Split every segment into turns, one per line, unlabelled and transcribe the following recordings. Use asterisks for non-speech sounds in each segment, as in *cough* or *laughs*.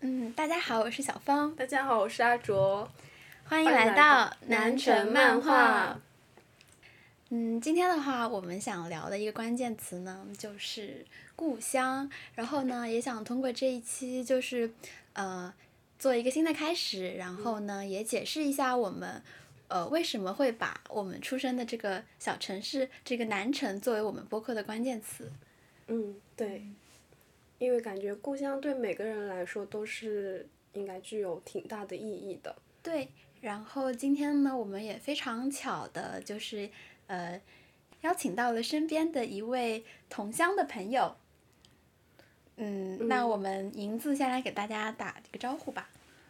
嗯，大家好，我是小芳，
大家好，我是阿卓。
欢迎
欢迎
来
来
到
到南城漫画。
嗯，今天的话，我们想聊的一个关键词呢，就是故乡。然后呢，也想通过这一期，就是呃，做一个新的开始。然后呢，也解释一下我们呃为什么会把我们出生的这个小城市这个南城作为我们播客的关键词。
嗯，对，因为感觉故乡对每个人来说都是应该具有挺大的意义的。
对，然后今天呢，我们也非常巧的，就是呃，邀请到了身边的一位同乡的朋友。嗯，那
嗯
我们银子先来给大家打一个招呼吧。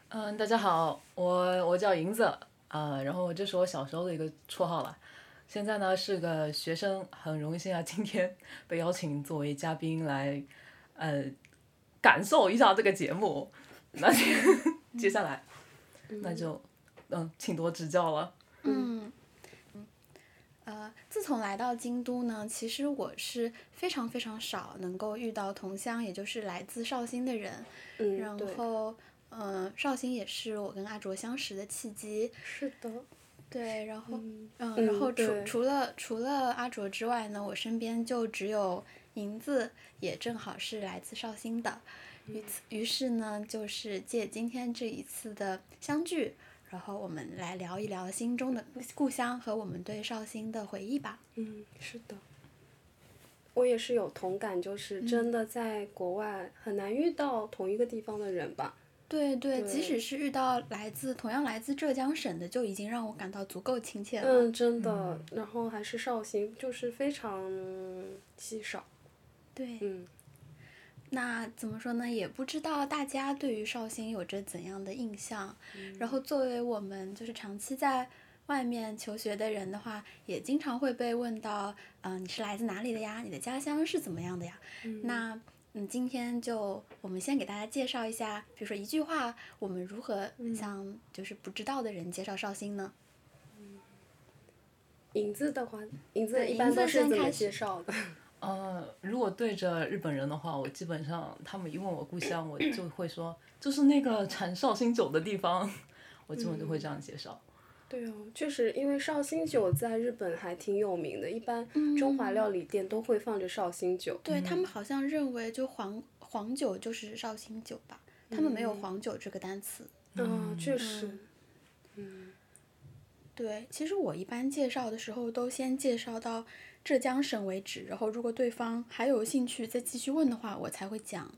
嗯，大家好，我我叫银子啊、然后这是我小时候的一个绰号了。现在呢是个学生，很荣幸啊，今天 *laughs* 被邀请作为嘉宾来，呃，感受一下这个节目。那接下来，那就嗯，请多指教了。
嗯，呃，自从来到京都呢，其实我是非常非常少能够遇到同乡，也就是来自绍兴的人。
嗯，
然
对，
后，嗯、绍兴也是我跟阿卓相识的契机。
是的，
哦对，然后，
嗯
嗯，然
嗯
后除
对
除了除了阿卓之外呢，我身边就只有银子，也正好是来自绍兴的。于此，
嗯
于是呢，就是借今天这一次的相聚，然后我们来聊一聊心中的故乡和我们对绍兴的回忆吧。
嗯，是的。我也是有同感，
嗯
就是真的在国外很难遇到同一个地方的人吧。
对对，即
对
使是遇到来自同样来自浙江省的，就已经让我感到足够亲切了。
嗯，真的。然后还是绍兴，就是非常稀少。
对，
嗯，
那怎么说呢？也不知道大家对于绍兴有着怎样的印象。然后作为我们就是长期在外面求学的人的话，也经常会被问到，嗯、你是来自哪里的呀？你的家乡是怎么样的呀？那嗯，今天就我们先给大家介绍一下，比如说一句话，我们如何向就是不知道的人介绍绍兴呢？
银子的话，银子
对
一
银
般
子
都是
先
怎么
开始
介绍的？
呃，如果对着日本人的话，我基本上他们一问我故乡，我就会说就是那个 *laughs* 产绍兴酒的地方，我基本就会这样介绍。
对哦，确实，因为绍兴酒在日本还挺有名的，一般中华料理店都会放着绍兴酒。
嗯对他们好像认为就黄黄酒就是绍兴酒吧，他们没有黄酒这个单词。
嗯，确实，
嗯
嗯
对，其实我一般介绍的时候都先介绍到浙江省为止，然后如果对方还有兴趣再继续问的话，我才会讲。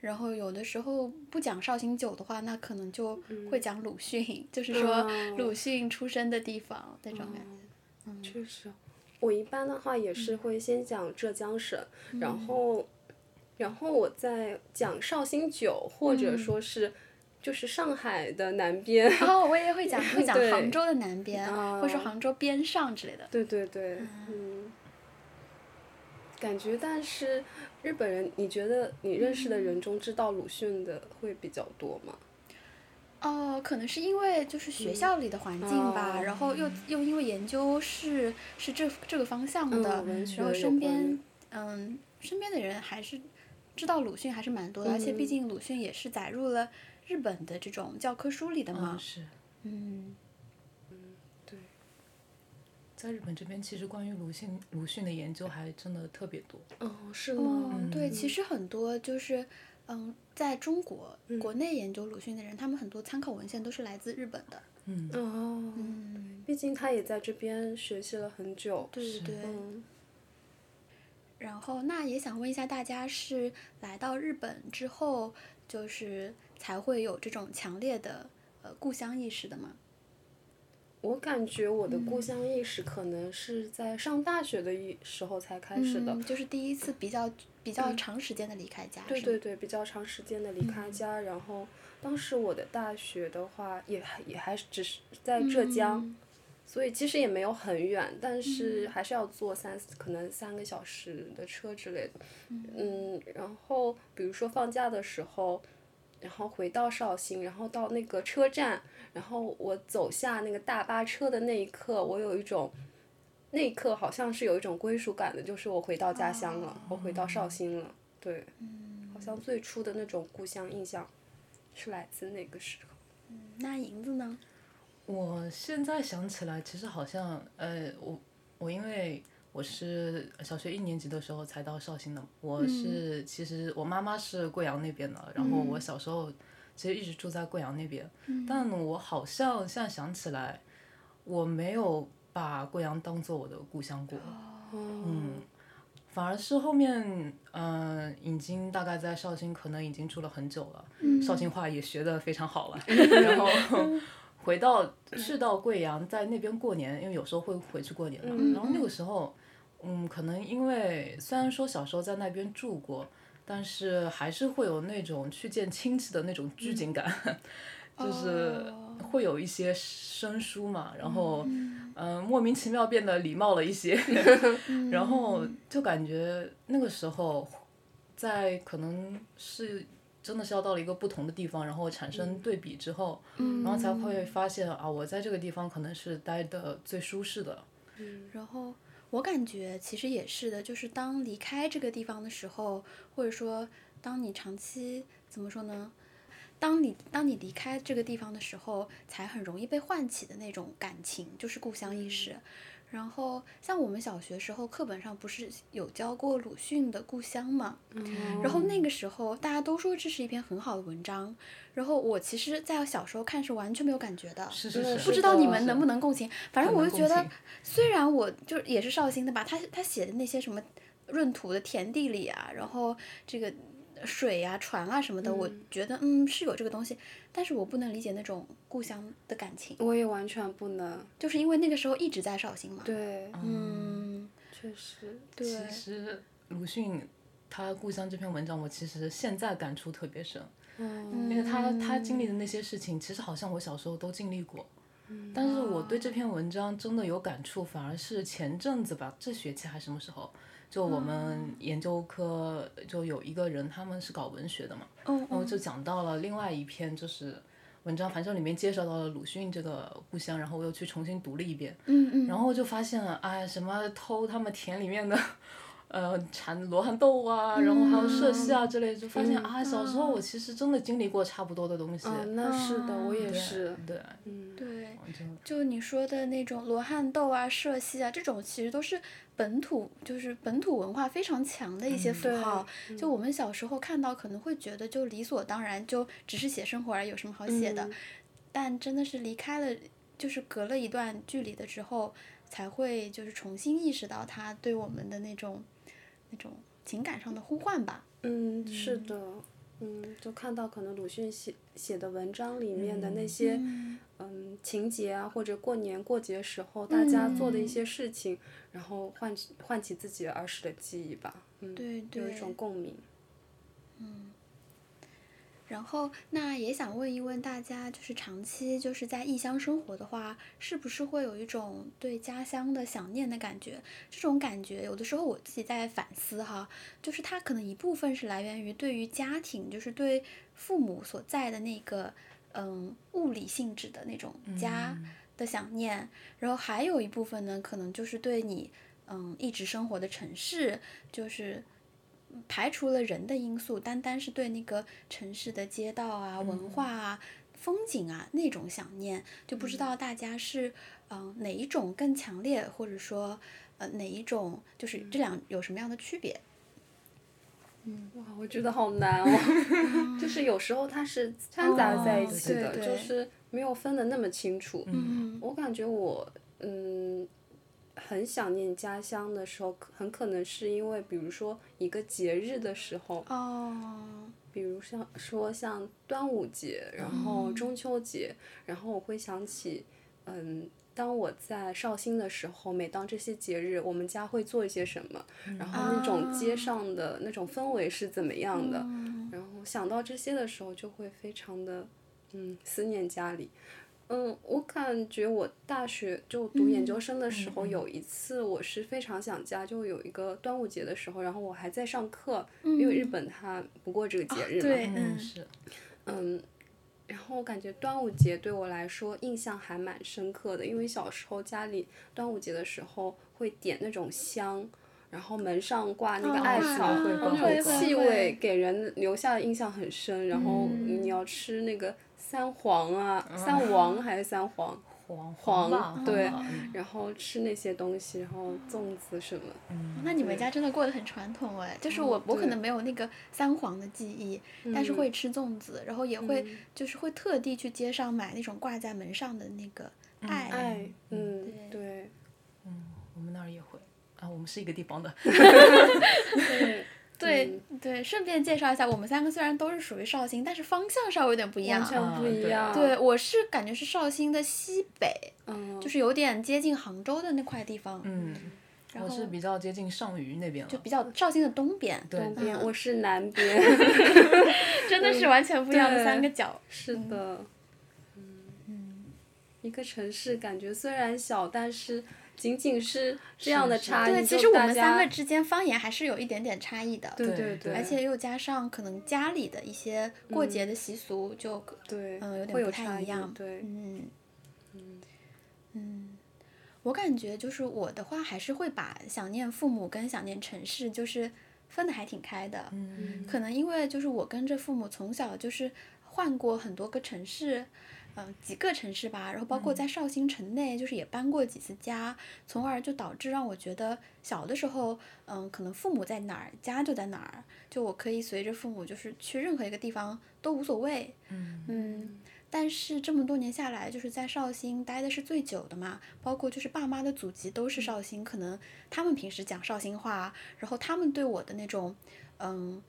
然后有的时候不讲绍兴酒的话，那可能就
嗯
会讲鲁迅，就是说
哦
鲁迅出生的地方那种感
嗯
觉。嗯
确实。我一般的话也是会先讲浙江省，
嗯
然后，然后我再讲绍兴酒，或者
嗯
说是就是上海的南边。
然后我也会讲，会讲
对
杭州的南边，或者说
哦
杭州边上之类的。
对对对，嗯。感觉，但是日本人，你觉得你认识的人中知道鲁迅的会比较多吗？
哦，可能是因为就是学校里的环境吧，
嗯哦
然后又又因为研究是是这这个方向的，
嗯文学
然后
有
身
关
边
的
嗯身边的人还是知道鲁迅还是蛮多的，而且毕
嗯
竟鲁迅也是载入了日本的这种教科书里的嘛
嗯，，是。
嗯
对，
在日本这边，其实关于鲁迅鲁迅的研究还真的特别多。
哦，是
哦
吗？
对，
嗯
其实很多就是嗯在中国
嗯
国内研究鲁迅的人，他们很多参考文献都是来自日本的，
嗯，
哦，
嗯，
毕竟他也在这边学习了很久。
对对。
嗯，
然后，那也想问一下大家，是来到日本之后，就是才会有这种强烈的呃故乡意识的吗？
我感觉我的故乡意识可能是在上大学的一时候才开始的。
嗯就是第一次比较比较长时间的离开家。
对
是
对
吗，嗯
对，比较长时间的离开家，然后当时我的大学的话，也还也还只是在浙江，
嗯
所以其实也没有很远，但是还是要坐三可能三个小时的车之类的。嗯，然后比如说放假的时候，然后回到绍兴，然后到那个车站，然后我走下那个大巴车的那一刻，我有一种。那一刻好像是有一种归属感的，就是我回到家乡
哦
了，我回到绍兴了，对，好像最初的那种故乡印象是来自那个时候。
嗯那银子呢？
我现在想起来，其实好像，呃，我我因为我是小学一年级的时候才到绍兴的嘛，我是、其实我妈妈是贵阳那边的，然后我小时候其实一直住在贵阳那边，但我好像现在想起来，我没有把贵阳当做我的故乡过，
嗯，
反而是后面，嗯、已经大概在绍兴可能已经住了很久了，绍兴话也学得非常好了，然后回到去到贵阳，在那边过年，因为有时候会回去过年嘛，然后那个时候，嗯，可能因为虽然说小时候在那边住过，但是还是会有那种去见亲戚的那种拘谨感， *laughs* 就是会有一些生疏嘛，然后。哦嗯，莫名其妙变得礼貌了一些，然后就感觉那个时候，在可能是真的是要到了一个不同的地方，然后产生对比之后，然后才会发现啊，我在这个地方可能是待的最舒适的，
然后我感觉其实也是的，就是当离开这个地方的时候，或者说当你长期怎么说呢？当你当你离开这个地方的时候，才很容易被唤起的那种感情，就是故乡
嗯
意识。然后像我们小学时候课本上不是有教过鲁迅的《故乡》吗？
哦
然后那个时候大家都说这是一篇很好的文章，然后我其实，在小时候看是完全没有感觉的，
是是
嗯
是，
不知道你们能不能共情。反正我就
很
觉
能共
得
情，
虽然我就是也是绍兴的吧，他他写的那些什么闰土的田地里啊，然后这个水啊、船啊什么的，我觉得嗯是有这个东西，但是我不能理解那种故乡的感情，
我也完全不能。
就是因为那个时候一直在绍兴嘛。
对，
嗯，
确实，
对，
其实鲁迅他《故乡》这篇文章，我其实现在感触特别深，
嗯
因为他他经历的那些事情，其实好像我小时候都经历过。但是我对这篇文章真的有感触，反而是前阵子吧，这学期还是什么时候，就我们研究科就有一个人，他们是搞文学的嘛，
嗯
然后哦就讲到了另外一篇就是文章，反正里面介绍到了鲁迅这个故乡，然后我又去重新读了一遍，
嗯嗯，
然后就发现了，哎，什么偷他们田里面的，呃，产罗汉豆啊，然后还有
嗯
麝香啊之类，就发现啊，小时候我其实真的经历过差不多的东西。
啊，
嗯
那是的，我也
对
是。
对，
嗯，
对。
我就
就你说的那种罗汉豆啊、麝溪啊，这种其实都是本土，就是本土文化非常强的一些符
嗯对嗯
号。就我们小时候看到，可能会觉得就理所当然，就只是写生活而已，有什么好写的？
嗯
但真的是离开了，就是隔了一段距离的之后，才会就是重新意识到它对我们的那种那种情感上的呼唤吧。
嗯，是的，嗯，就看到可能鲁迅写写的文章里面的那些嗯情节啊，或者过年过节时候大家做的一些事情，然后唤起唤起自己儿时的记忆吧，嗯，
对
有
对
一种共鸣。
然后，那也想问一问大家，就是长期就是在异乡生活的话，是不是会有一种对家乡的想念的感觉？这种感觉，有的时候我自己在反思哈，就是它可能一部分是来源于对于家庭，就是对父母所在的那个嗯物理性质的那种家的想念，然后还有一部分呢，可能就是对你嗯一直生活的城市，就是排除了人的因素，单单是对那个城市的街道啊、
嗯
文化啊、风景啊那种想念，就不知道大家是嗯、呃哪一种更强烈，或者说呃哪一种就是这两有什么样的区别？
哇，我觉得好难 *laughs* 哦，就是有时候它是掺杂在一
哦
起的，
对对
就是没有分的那么清楚。
嗯
我感觉我嗯，很想念家乡的时候，可很可能是因为，比如说一个节日的时候，
哦，
比如像说像端午节，然后中秋节，然后我会想起，嗯，当我在绍兴的时候，每当这些节日，我们家会做一些什么，然后那种街上的那种氛围是怎么样的，然后想到这些的时候，就会非常的，嗯，思念家里。嗯，我感觉我大学就读研究生的时候，有一次我是非常想家，就有一个端午节的时候，然后我还在上课，因为日本它不过这个节日嘛，
对嗯
嗯是，
嗯，然后我感觉端午节对我来说印象还蛮深刻的，因为小时候家里端午节的时候会点那种香，然后门上挂那个
哦
艾
会
草，
会
然后
会会
气
会
味给人留下的印象很深。然后
嗯
你要吃那个三黄啊，三王还是三黄？
黄
黄
吧，
对
吧嗯
然后吃那些东西，然后粽子什么。
那你们家真的过得很传统哎，就是我我可
嗯对
能没有那个三黄的记忆，但是
嗯
会吃粽子，然后也会
嗯
就是会特地去街上买那种挂在门上的那个艾，
爱，嗯，对，
我们那儿也会啊，我们是一个地
*laughs*
方的，
对，
对
嗯
对，顺便介绍一下，我们三个虽然都是属于绍兴，但是方向稍微有点不一样啊
完。全不一样。
对，，我是感觉是绍兴的西北，
嗯，
就是有点接近杭州的那块地方，
嗯，
然
我
后
是比较接近上虞那边了，
就比较绍兴的东边，
东
对，
边，
嗯
我是南边。 *laughs*
真的是完全不一样的
对
三个角。
是的，嗯，一个城市感觉虽然小，但是仅仅是这样的
是
差异，
对，
啊就
其实我
大
们三
家
个之间方言还是有一点点差异的。
对
对
对，
而且又加上可能家里的一些过节的习俗就，
对，
嗯有点
会
不
有
太
差
一
异，
样
对，
嗯嗯，我感觉就是我的话还是会把想念父母跟想念城市就是分的还挺开的，
嗯，
可能因为就是我跟着父母从小就是换过很多个城市，嗯、几个城市吧，然后包括在绍兴城内，就是也搬过几次家，从而就导致让我觉得小的时候，嗯、可能父母在哪儿，家就在哪儿，就我可以随着父母就是去任何一个地方都无所谓，
嗯
但是这么多年下来，就是在绍兴待的是最久的嘛，包括就是爸妈的祖籍都是绍兴，可能他们平时讲绍兴话，啊然后他们对我的那种，嗯，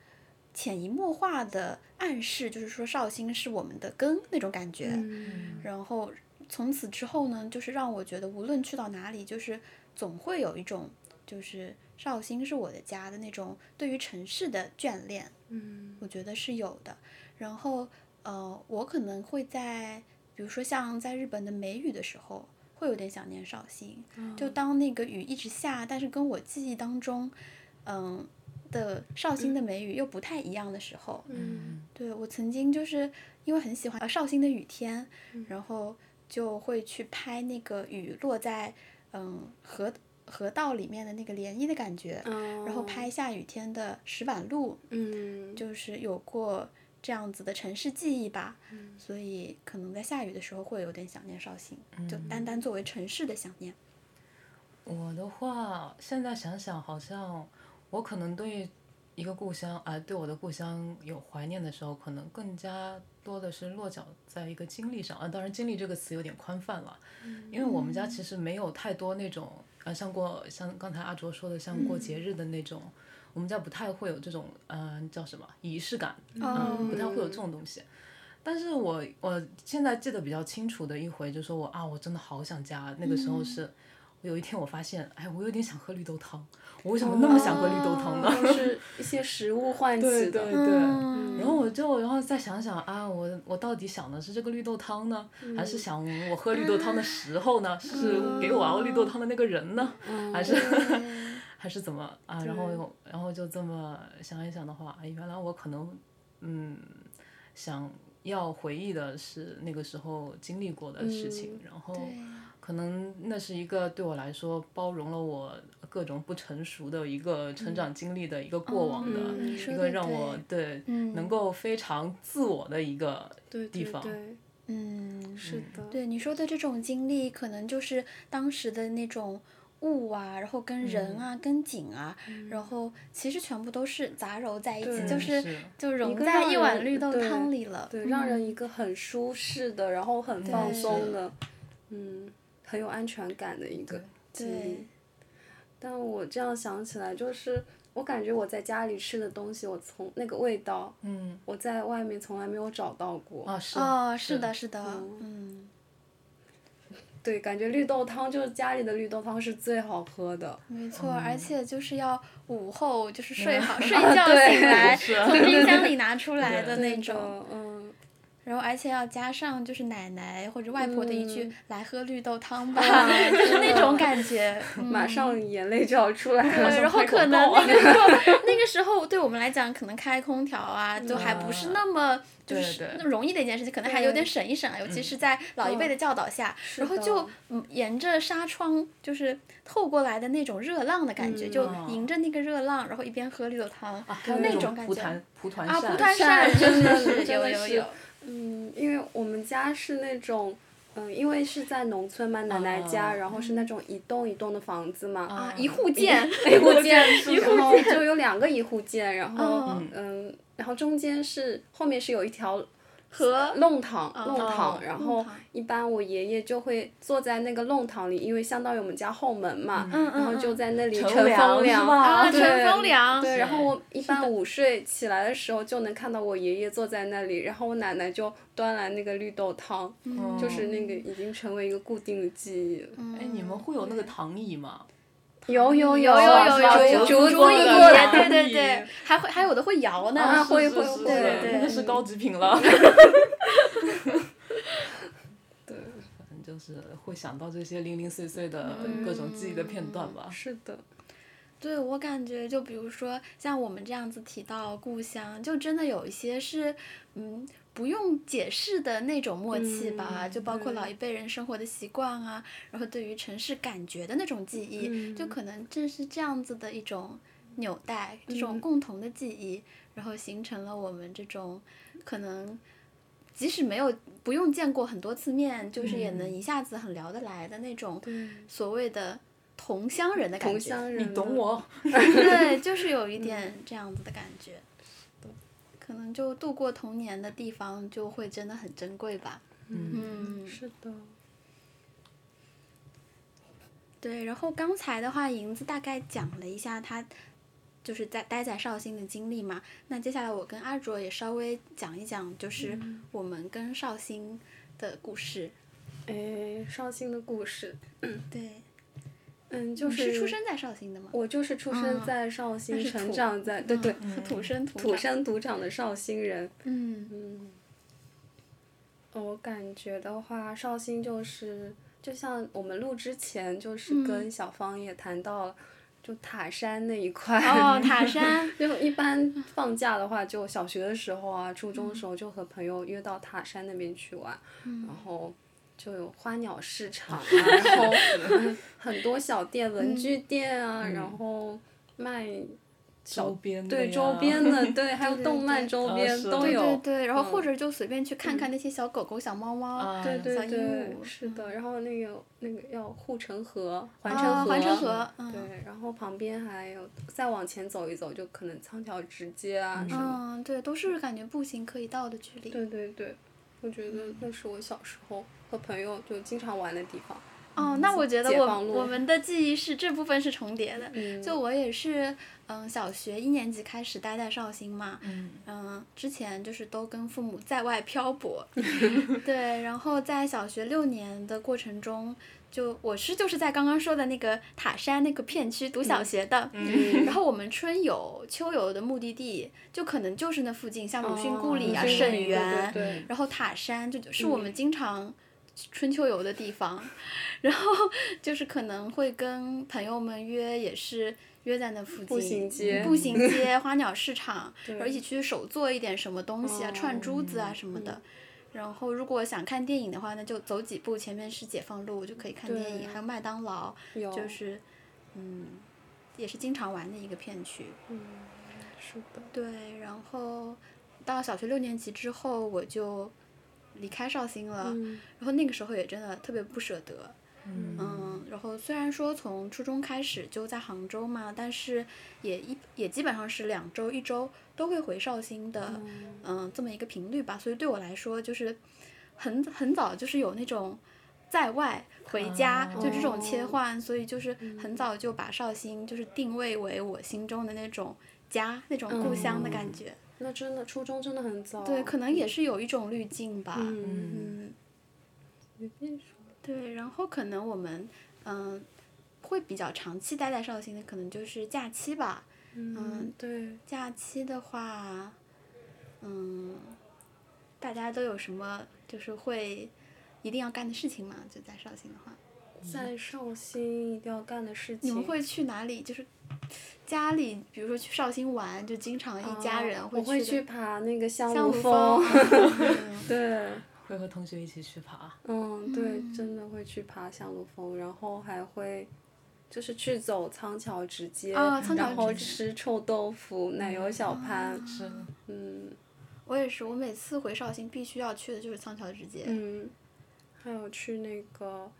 潜移默化的暗示，就是说绍兴是我们的根那种感觉。
嗯
然后从此之后呢，就是让我觉得无论去到哪里，就是总会有一种就是绍兴是我的家的那种对于城市的眷恋。
嗯
我觉得是有的。然后呃，我可能会在，比如说像在日本的梅雨的时候，会有点想念绍兴。就当那个雨一直下，但是跟我记忆当中，嗯、的绍兴的梅雨又不太一样的时候，
嗯
对我曾经就是因为很喜欢呃绍兴的雨天，然后就会去拍那个雨落在嗯河河道里面的那个涟漪的感觉，
嗯，
然后拍下雨天的石板路，
嗯，
就是有过这样子的城市记忆吧，所以可能在下雨的时候会有点想念绍兴，就单单作为城市的想念。
我的话，现在想想，好像我可能对一个故乡啊、对我的故乡有怀念的时候，可能更加多的是落脚在一个经历上啊。当然，经历这个词有点宽泛了，因为我们家其实没有太多那种啊，像过像刚才阿卓说的，像过节日的那种，我们家不太会有这种嗯、叫什么仪式感，嗯，不太会有这种东西。但是我我现在记得比较清楚的一回，就是我啊，我真的好想家。那个时候是，有一天我发现，哎，我有点想喝绿豆汤，我为什么那么想喝绿豆汤呢？
*laughs* 都是一些食物唤起
对
的，
对
嗯
然后我就然后再想想啊，我我到底想的是这个绿豆汤呢，还是想我喝绿豆汤的时候呢？是给我熬绿豆汤的那个人呢，还是 *laughs* 还是怎么啊？然后然后就这么想一想的话，哎原来我可能嗯想要回忆的是那个时候经历过的事情，
嗯
然后可能那是一个对我来说包容了我各种不成熟的一个成长经历的一个过往的。
嗯你
一
说
一
的
个让我
对
对
嗯
能够非常自我的一个
对
地
对
方
对，
嗯
是的，
对你说的这种经历，可能就是当时的那种物啊，然后跟人啊，跟景啊，然后其实全部都是杂糅在一起，
对
就
嗯
是
是
就融
个
在
让
一碗
人
绿豆
对
汤里了。
对，让人
嗯
一个很舒适的，然后很放
对
松的，嗯，很有安全感的一个记忆
对。
但我这样想起来，就是我感觉我在家里吃的东西，我从那个味道，
嗯
我在外面从来没有找到过。
啊是
哦，是的，是的，嗯
对，感觉绿豆汤就是家里的绿豆汤是最好喝的。
没错，而且就是要午后就是睡好、睡觉醒来，
是
从冰箱里拿出来的那
那
种。
个，嗯，
然后而且要加上就是奶奶或者外婆的一句
嗯
“来喝绿豆汤吧”，就是那种感觉。
马上眼泪就要出来
对，
了。
然后嗯可能那个时候，那个时候对我们来讲，可能开空调啊，就还不是那么就是
对对
那么容易的一件事情，可能还有点省一省啊，尤其是在老一辈的教导下，然后
的
就嗯沿着纱窗就是透过来的那种热浪的感觉，就迎着那个热浪，然后一边喝绿豆汤，
还有
那
种
感
蒲
觉
团蒲团
啊，
扇，
蒲团
扇
扇真的是
真
有
的
有
是
有，
嗯，因为我们家是那种，嗯，因为是在农村嘛，奶奶家，
啊
然后是那种一栋一栋的房子嘛，
啊
一户建，
一户建，
一户
然后就有两个一户建，然后
嗯
嗯，然后中间是后面是有一条
和
弄堂，弄
哦
堂，然后
呃弄堂
一般我爷爷就会坐在那个弄堂里，因为相当于我们家后门嘛，
嗯嗯
然后
嗯
就在那里
乘
乘
凉
风
是
凉，
吧
啊
对
乘风凉
对，
是
然后我一般午睡起来的时候就能看到我爷爷坐在那里，然后我奶奶就端来那个绿豆汤，
嗯哦
就是那个已经成为一个固定的记忆了。
哎，你们会有
嗯
那个躺椅吗？
有有
有
有
有有有
竹
竹
竹
椅，
做的
对
躺
对
椅
对，还会还有的会摇呢，
啊会
是
会
是是
对对
那是高级
*laughs*
品了。
对，
就是会想到这些零零碎碎的
嗯
各种记忆的片段吧。
是的，
对我感觉，就比如说像我们这样子提到故乡，就真的有一些是，嗯，不用解释的那种默契吧，
嗯
就包括老一辈人生活的习惯啊，然后对于城市感觉的那种记忆，就
嗯
可能正是这样子的一种纽带，这种
嗯
共同的记忆，然后形成了我们这种可能。即使没有不用见过很多次面，就是也
嗯
能一下子很聊得来的那种所谓的同乡人的感觉。
同乡人，
你懂。我，
对，就是有一点这样子的感觉。可能就度过童年的地方，就会真的很珍贵吧。嗯，
是的，
对。然后刚才的话，银子大概讲了一下她就是在待在绍兴的经历嘛。那接下来我跟阿卓也稍微讲一讲，就是我们跟绍兴的故事。
哎，绍兴的故事，
对，
嗯，就
你是
是
出生在绍兴的吗？
我就是出生
嗯
在绍兴，
那是
成
土
长在对对，
土生土
土
长
生土长的绍兴人。
嗯
嗯，哦我感觉的话，绍兴就是就像我们录之前，就是跟
嗯
小芳也谈到了，就塔山那一块。
哦，塔山
*laughs* 就一般放假的话，就小学的时候啊，初
嗯
中的时候就和朋友约到塔山那边去玩，然后就有花鸟市场啊，然后
*laughs*
嗯很多小店、文具
嗯
店啊，然后卖
周边嗯的
对
呀
周边的，
*laughs*
对，还有
对
动漫
对
周
啊
边
是的
都
*laughs* 对
有。
对对，然后或
嗯
者就随便去看看那些小狗狗、小猫猫，
啊
对对
小鹦
对，
鹉嗯
是的。然后那个那个要护城河、环城
啊，
河，
环城河，嗯，
对。然后旁边还有再往前走一走，就可能仓桥直街啊什么。
嗯，对，都是感觉步行可以到的距离。
对对对，我觉得那是我小时候和朋友就经常玩的地方。
哦，那我觉得
解
我
放路
我们的记忆是这部分是重叠的。
嗯，
就我也是，嗯，小学一年级开始待在绍兴嘛，嗯，之前就是都跟父母在外漂
*laughs*
泊，对，然后在小学六年的过程中，就我是就是在刚刚说的那个塔山那个片区读
嗯
小学的，然
*laughs*
后我们春游、秋游的目的地就可能就是那附近，像鲁迅故里啊、
哦鲁迅故
沈
里对
园，
对对
然后塔山，这就是我
嗯
们经常春秋游的地方。然后就是可能会跟朋友们约，也是约在那附近。嗯
步行街
步行街、
*laughs*
花鸟市场，
对
然后一起去手做一点什么东西啊，
哦嗯
串珠子啊什么的。然后，如果想看电影的话，那就走几步，前面是解放路，就可以看电影，
对哦
还有麦当劳，
有
就是，嗯，也是经常玩的一个片区。
嗯是的，
对，然后到小学六年级之后，我就离开绍兴了。
嗯
然后那个时候也真的特别不舍得，嗯然后虽然说从初中开始就在杭州嘛，但是也一也基本上是两周一周都会回绍兴的，嗯、这么一个频率吧。所以对我来说，就是很很早就是有那种在外回家、就这种切
哦
换，所以就是很早就把绍兴就是定位为我心中的那种家、那种故乡的感觉。
那真的初中真的很早。
对，可能也是有一种滤镜吧。
嗯，
嗯
随便说
对，然后可能我们嗯、会比较长期待在绍兴的，可能就是假期吧。
嗯嗯，对，
假期的话，嗯，大家都有什么就是会一定要干的事情嘛？就在绍兴的话，
在绍兴一定要干的事情，
你们会去哪里？就是家里，比如说去绍兴玩，就经常一家人
啊哦我会
去
去
的
爬那个香
像
炉
五峰
*laughs*
嗯
对，
会和同学一起去爬。
嗯，对，
嗯
真的会去爬香炉峰，然后还会就是去走仓桥直街，
啊仓
然
桥
后
直街
吃臭豆腐、奶油小
啊
潘，
是，
嗯
我也是，我每次回绍兴必须要去的就是仓桥直街。
嗯，还有去那个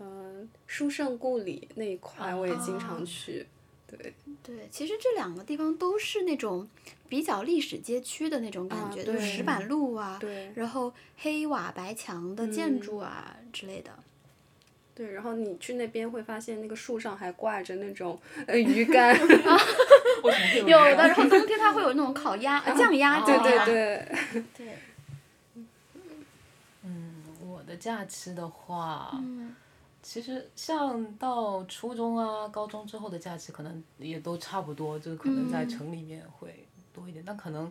嗯、呃、书圣故里那一块，我也经常
啊
去。对，
对，其实这两个地方都是那种比较历史街区的那种感
啊
觉，就是石
对
板路啊，
对嗯
然后黑瓦白墙的建筑啊、之类的。
对，然后你去那边会发现那个树上还挂着那种呃鱼竿，
哦
为什么
有
会有这
的，
样
然后冬天它会有那种烤鸭、呃酱鸭之
对
类的。
哦对对，
对，
嗯，我的假期的话，
嗯，
其实像到初中啊、高中之后的假期，可能也都差不多，就是可能在
嗯
城里面会多一点。但可能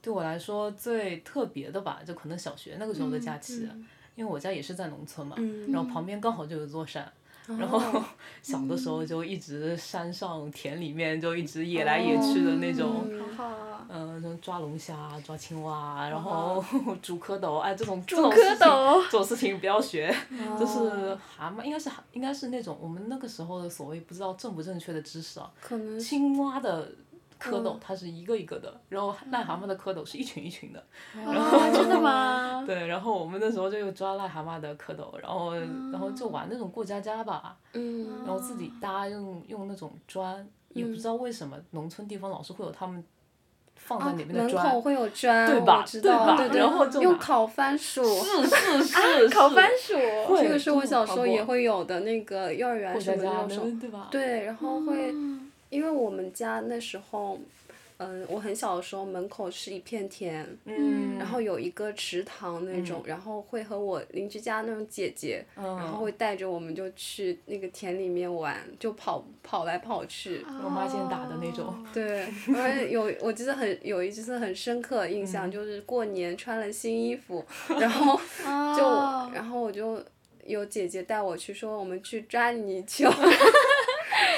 对我来说最特别的吧，就可能小学那个时候
嗯
的假期，因为我家也是在农村嘛，
嗯
然后旁边刚好就有座山。
哦
然后小的时候
嗯
就一直山上田里面就一直野来野去的那种，
好嗯好啊。
嗯，什么抓龙虾、抓青蛙，然
哦
后 *laughs* 煮蝌蚪，哎，这种这
煮
种
蝌
事情
蚪
这种事情不要学，就
哦
是蛤蟆，应该是蛤应该是那种我们那个时候的所谓不知道正不正确的知识啊，
可能是
青蛙的。蝌蚪
嗯
它是一个一个的，然后癞蛤蟆的蝌蚪是一群一群的，
哦
啊，真的？
嗯
吗？
*laughs* 对，然后我们那时候就有抓癞蛤蟆的蝌蚪，然后然后就玩那种过家家吧，
嗯
然后自己搭用用那种砖，也不知道为什么农村地方老是会有他们放在
啊，
里面的
门
砖，
口会有砖，
对吧
我知
对
道，
吧
对对
然后就啊
用
拿 *laughs*
烤番薯，
是是是，
烤
是
番薯。
会
这个是我小时候也
会
会有的那个幼儿园
过
什
家
么
家
那
那
种
种，对吧？
对，然后会，
嗯
因为我们家那时候，嗯，我很小的时候，门口是一片田，
嗯，
然后有一个池塘那种，然后会和我邻居家那种姐姐，
嗯
然后会带着我们就去那个田里面玩，就跑跑来跑去。
用麻将打的那种
哦
对，而且有我记得很有一次很深刻的印
嗯
象，就是过年穿了新衣服，然
*laughs*
后就
哦
然后我就有姐姐带我去说我们去抓泥
*laughs*
鳅，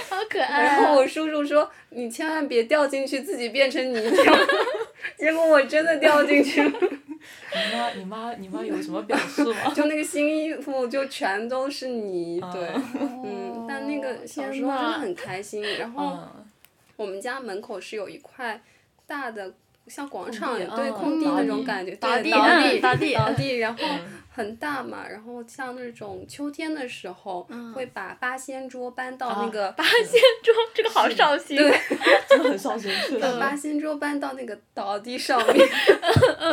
好可爱啊。
然后我叔叔说你千万别掉进去，自己变成泥鳅。 *laughs* 结果我真的掉进去了，
你妈你妈你妈有什么表示吗？
就那个新衣服就全都是泥，对，嗯，但那
哦
个小时
天
候真的
呐
很开心。然后
嗯，
我们家门口是有一块大的像广
空
场
地
一样对
嗯
空地
打
那
地
种感觉，
打
对
地
打
嗯
地
打地
打
嗯
地，然后很大嘛，然后像那种秋天的时候
嗯
会把八仙桌搬到
啊
那个
八仙桌，这个好绍兴。
对
真的很伤心，是
嗯
把八
的。
仙桌搬到那个倒地上
*laughs*
面，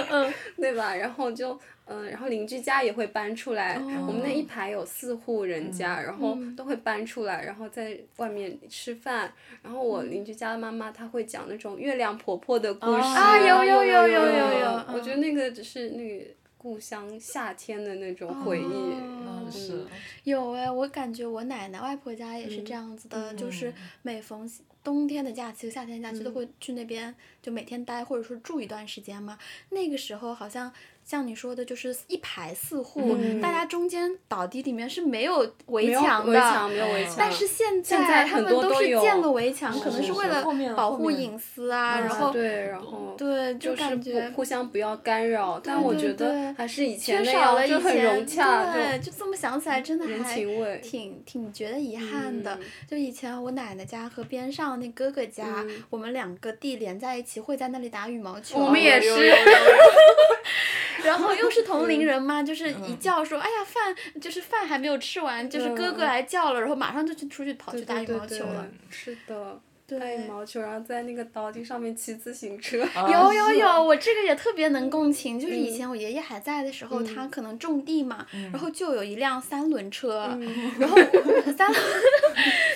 嗯
*laughs* 对吧？然后就嗯、然后邻居家也会搬出来，我们那一排有四户人家，然后
哦嗯
都会搬出来，然后在外面吃饭。然后
嗯
我邻居家的妈妈她会讲那种月亮婆婆的故事
啊有有有有有有
嗯我觉得
嗯
那个只是那个故乡夏天的那种回忆。
哦
嗯，是
有哎，我感觉我奶奶外婆家也是
嗯
这样子的，就是每逢冬天的假期和夏天的假
嗯
期都会去那边，就每天待或者说住一段时间嘛。那个时候好像像你说的，就是一排四户，
嗯
大家中间倒地里面是没有
没
围
有
墙的，
围墙没有围墙，嗯
但是现在
在
他
很
们
多
都
都
是
有
建了围墙，
是
可能
是
是为
是
了
后面
保
后
护
面
隐私啊，
嗯
然
啊
后
对，然后
对，
就
就是感觉
不互相不要干扰，但我
对
觉得
对
还是以前
缺
那
少
样，
了以
就
前
很融洽，
对，
就
就这么想起来，真的
人
还
情味。
挺挺觉得遗憾的。
嗯
就以前我奶奶家和边上那哥哥家，
嗯
我们两个地连在一起，会在那里打羽毛球。
我们也
有有
是
有，
然后又是同龄人嘛，就是一叫说，哎呀，饭就是饭还没有吃完，就是哥哥
嗯嗯
来叫了，然后马上就去出去跑
对
去打
对
羽
对
毛
对
球了。，
是的，
对
打羽毛球，然后在那个倒地上面骑自行车。
有有有，我这个也特别能共情。就是以
啊嗯
前我爷爷还在的时候，
嗯
他可能种地嘛，然后就有一辆三轮车，
嗯
*laughs* 然后三轮，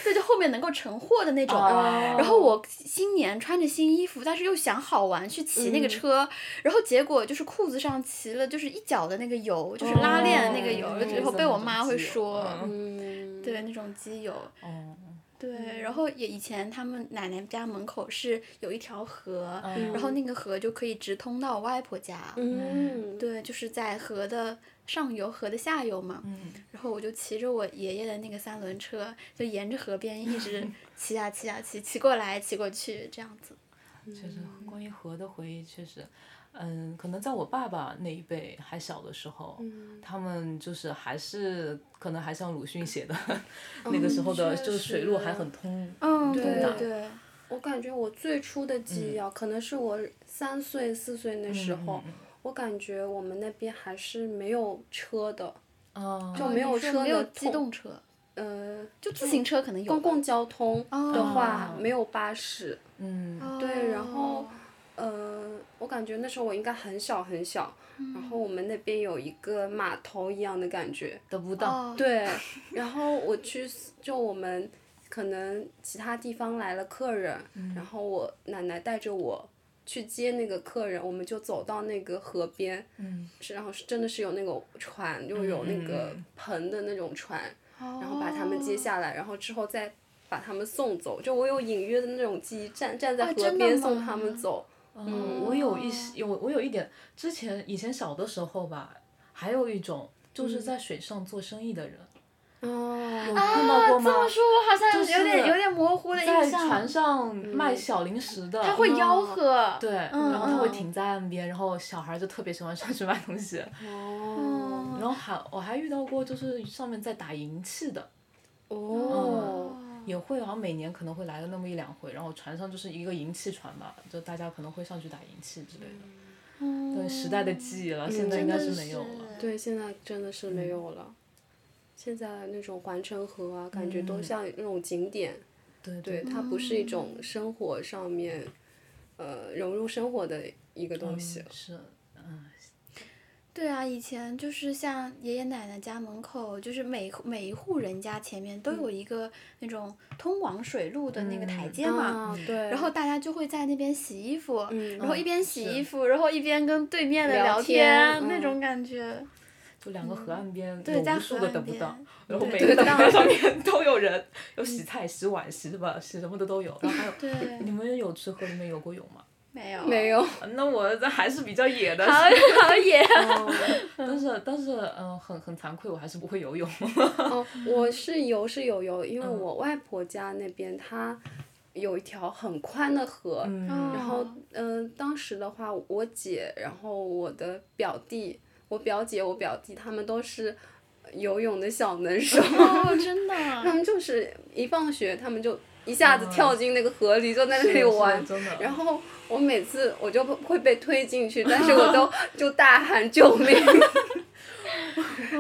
对，就后面能够盛货的那种。
哦
啊
然后我新年穿着新衣服，但是又想好玩去骑那个
嗯
车，然后结果就是裤子上骑了就是一脚的那个油，就是拉链的那个油，
哦
然后被我妈会
那种机油
说，
嗯
嗯，
对那种机油。
哦，
对，然后也以前他们奶奶家门口是有一条河，然后那个河就可以直通到我外婆家。
嗯，
对，就是在河的上游、河的下游嘛。然后我就骑着我爷爷的那个三轮车，就沿着河边一 *laughs* 直骑呀、骑呀、啊骑，骑过来骑过去这样子。
确实，关于河的回忆，确实，嗯，可能在我爸爸那一辈还小的时候，
嗯
他们就是还是可能还像鲁迅写的那个时候的，
确
就是水路还
实
很通。
哦嗯，对
对
对
的
对，
我感觉我最初的记忆
嗯
啊，可能是我三岁四岁那时候，
嗯嗯
我感觉我们那边还是没有车的，
啊，
就没有
哦你说
车
没有
的
机
通
动车，嗯
呃，
就自行车可能有吧。
公共交通的话、
哦
没有巴士，
嗯，
对，然后
哦，
呃，我感觉那时候我应该很小很小，
嗯
然后我们那边有一个码头一样的感觉，
得不到，
哦，
对，然后我去就我们可能其他地方来了客人，然后我奶奶带着我去接那个客人，我们就走到那个河边，
嗯
是然后是真的是有那个船，就有那个盆的那种船，然后把他们接下来，然后之后再把他们送走。就我有隐约的那种记忆，站站在
啊
河
真的
边送
吗
他们走。
嗯，我有一些有我有一点，之前以前小的时候吧，还有一种
嗯
就是在水上做生意的人，有
哦，
碰到过
啊这
吗？
么说，我好像
就是
有点有点模糊的
在
印
船
象。嗯
上卖小零食的，
他会吆喝，
对，
嗯
然后他会
嗯
停在岸边，然后小孩就特别喜欢上去买东西，
哦，
然后还我还遇到过，就是上面在打银器的，
哦，
嗯
也会好像每年可能会来个那么一两回，然后船上就是一个银器船吧，就大家可能会上去打银器之类的。
嗯
对时代的记忆了，现在应该是没有了。
对，现在真的是
嗯
没有了。现在那种环城河啊，感觉
嗯
都像那种景点，
对
对，
对，
它不是一种生活上面，呃，融入生活的一个东西
嗯。是，嗯，
对啊，以前就是像爷爷奶奶家门口，就是每每一户人家前面都有
嗯
一个那种通往水路的那个台阶嘛，
哦
啊，对。
然后大家就会在那边洗衣服，
嗯
然后一边洗
是
衣服，然后一边跟对面的
聊
聊
天
那
嗯
种感觉。
就两个河岸边
嗯对
有
在
无数
河
个
岸
等不
边
到，然后
对
每
等不
个等不
到
到上面都
*laughs*
有人，有洗菜、洗碗、洗什么、洗什么的都有。然后还有，
对，
*laughs* 你们有去河里面游过泳吗？
没
*laughs*
有 *laughs*
没有，
那我这还是比较野的，
好好野，
*laughs* 但是但是嗯，很很惭愧，我还是不会
*laughs*
游泳。
*laughs*
哦，我是游是有游，因为
嗯
我外婆家那边它有一条很宽的河，
嗯
然后嗯、呃当时的话，我姐，然后我的表弟，我表姐，我表弟，他们都是游泳的小能手， *laughs*
哦，真的
他
啊，
们就是一放学，他们就一下子
嗯
跳进那个河里，就在那
是 *laughs*
里
的
玩。
真的。
然后我每次我就会被推进去，但是我都
*laughs*
就大喊救命，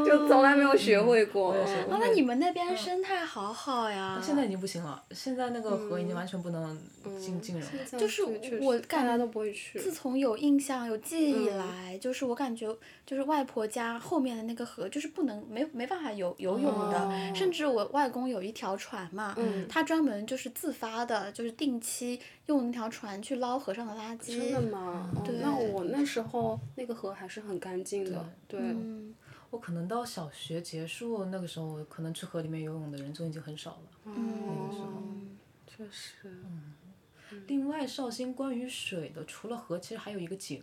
就从来没有学会过嗯
嗯我。也是
哦，那你们那边生态好好呀。
嗯现在已经不行了，现在那个河
嗯
已经完全不能进进人了。
就是我感
大
觉
家都不会去。
自从有印象、有记忆以
嗯
来，就是我感觉，就是外婆家后面的那个河，就是不能没没办法游游泳的。
哦
甚至我外公有一条船嘛，
嗯
他专门就是自发的，就是定期用那条船去捞河上的垃圾。
真的吗？哦
嗯对
那我那时候那个河还是很干净的，对，
嗯，
我可能到小学结束那个时候，可能去河里面游泳的人就已经很少
嗯
了。
嗯哦，确实，
嗯另外，绍兴关于水的，除了河，其实还有一个井。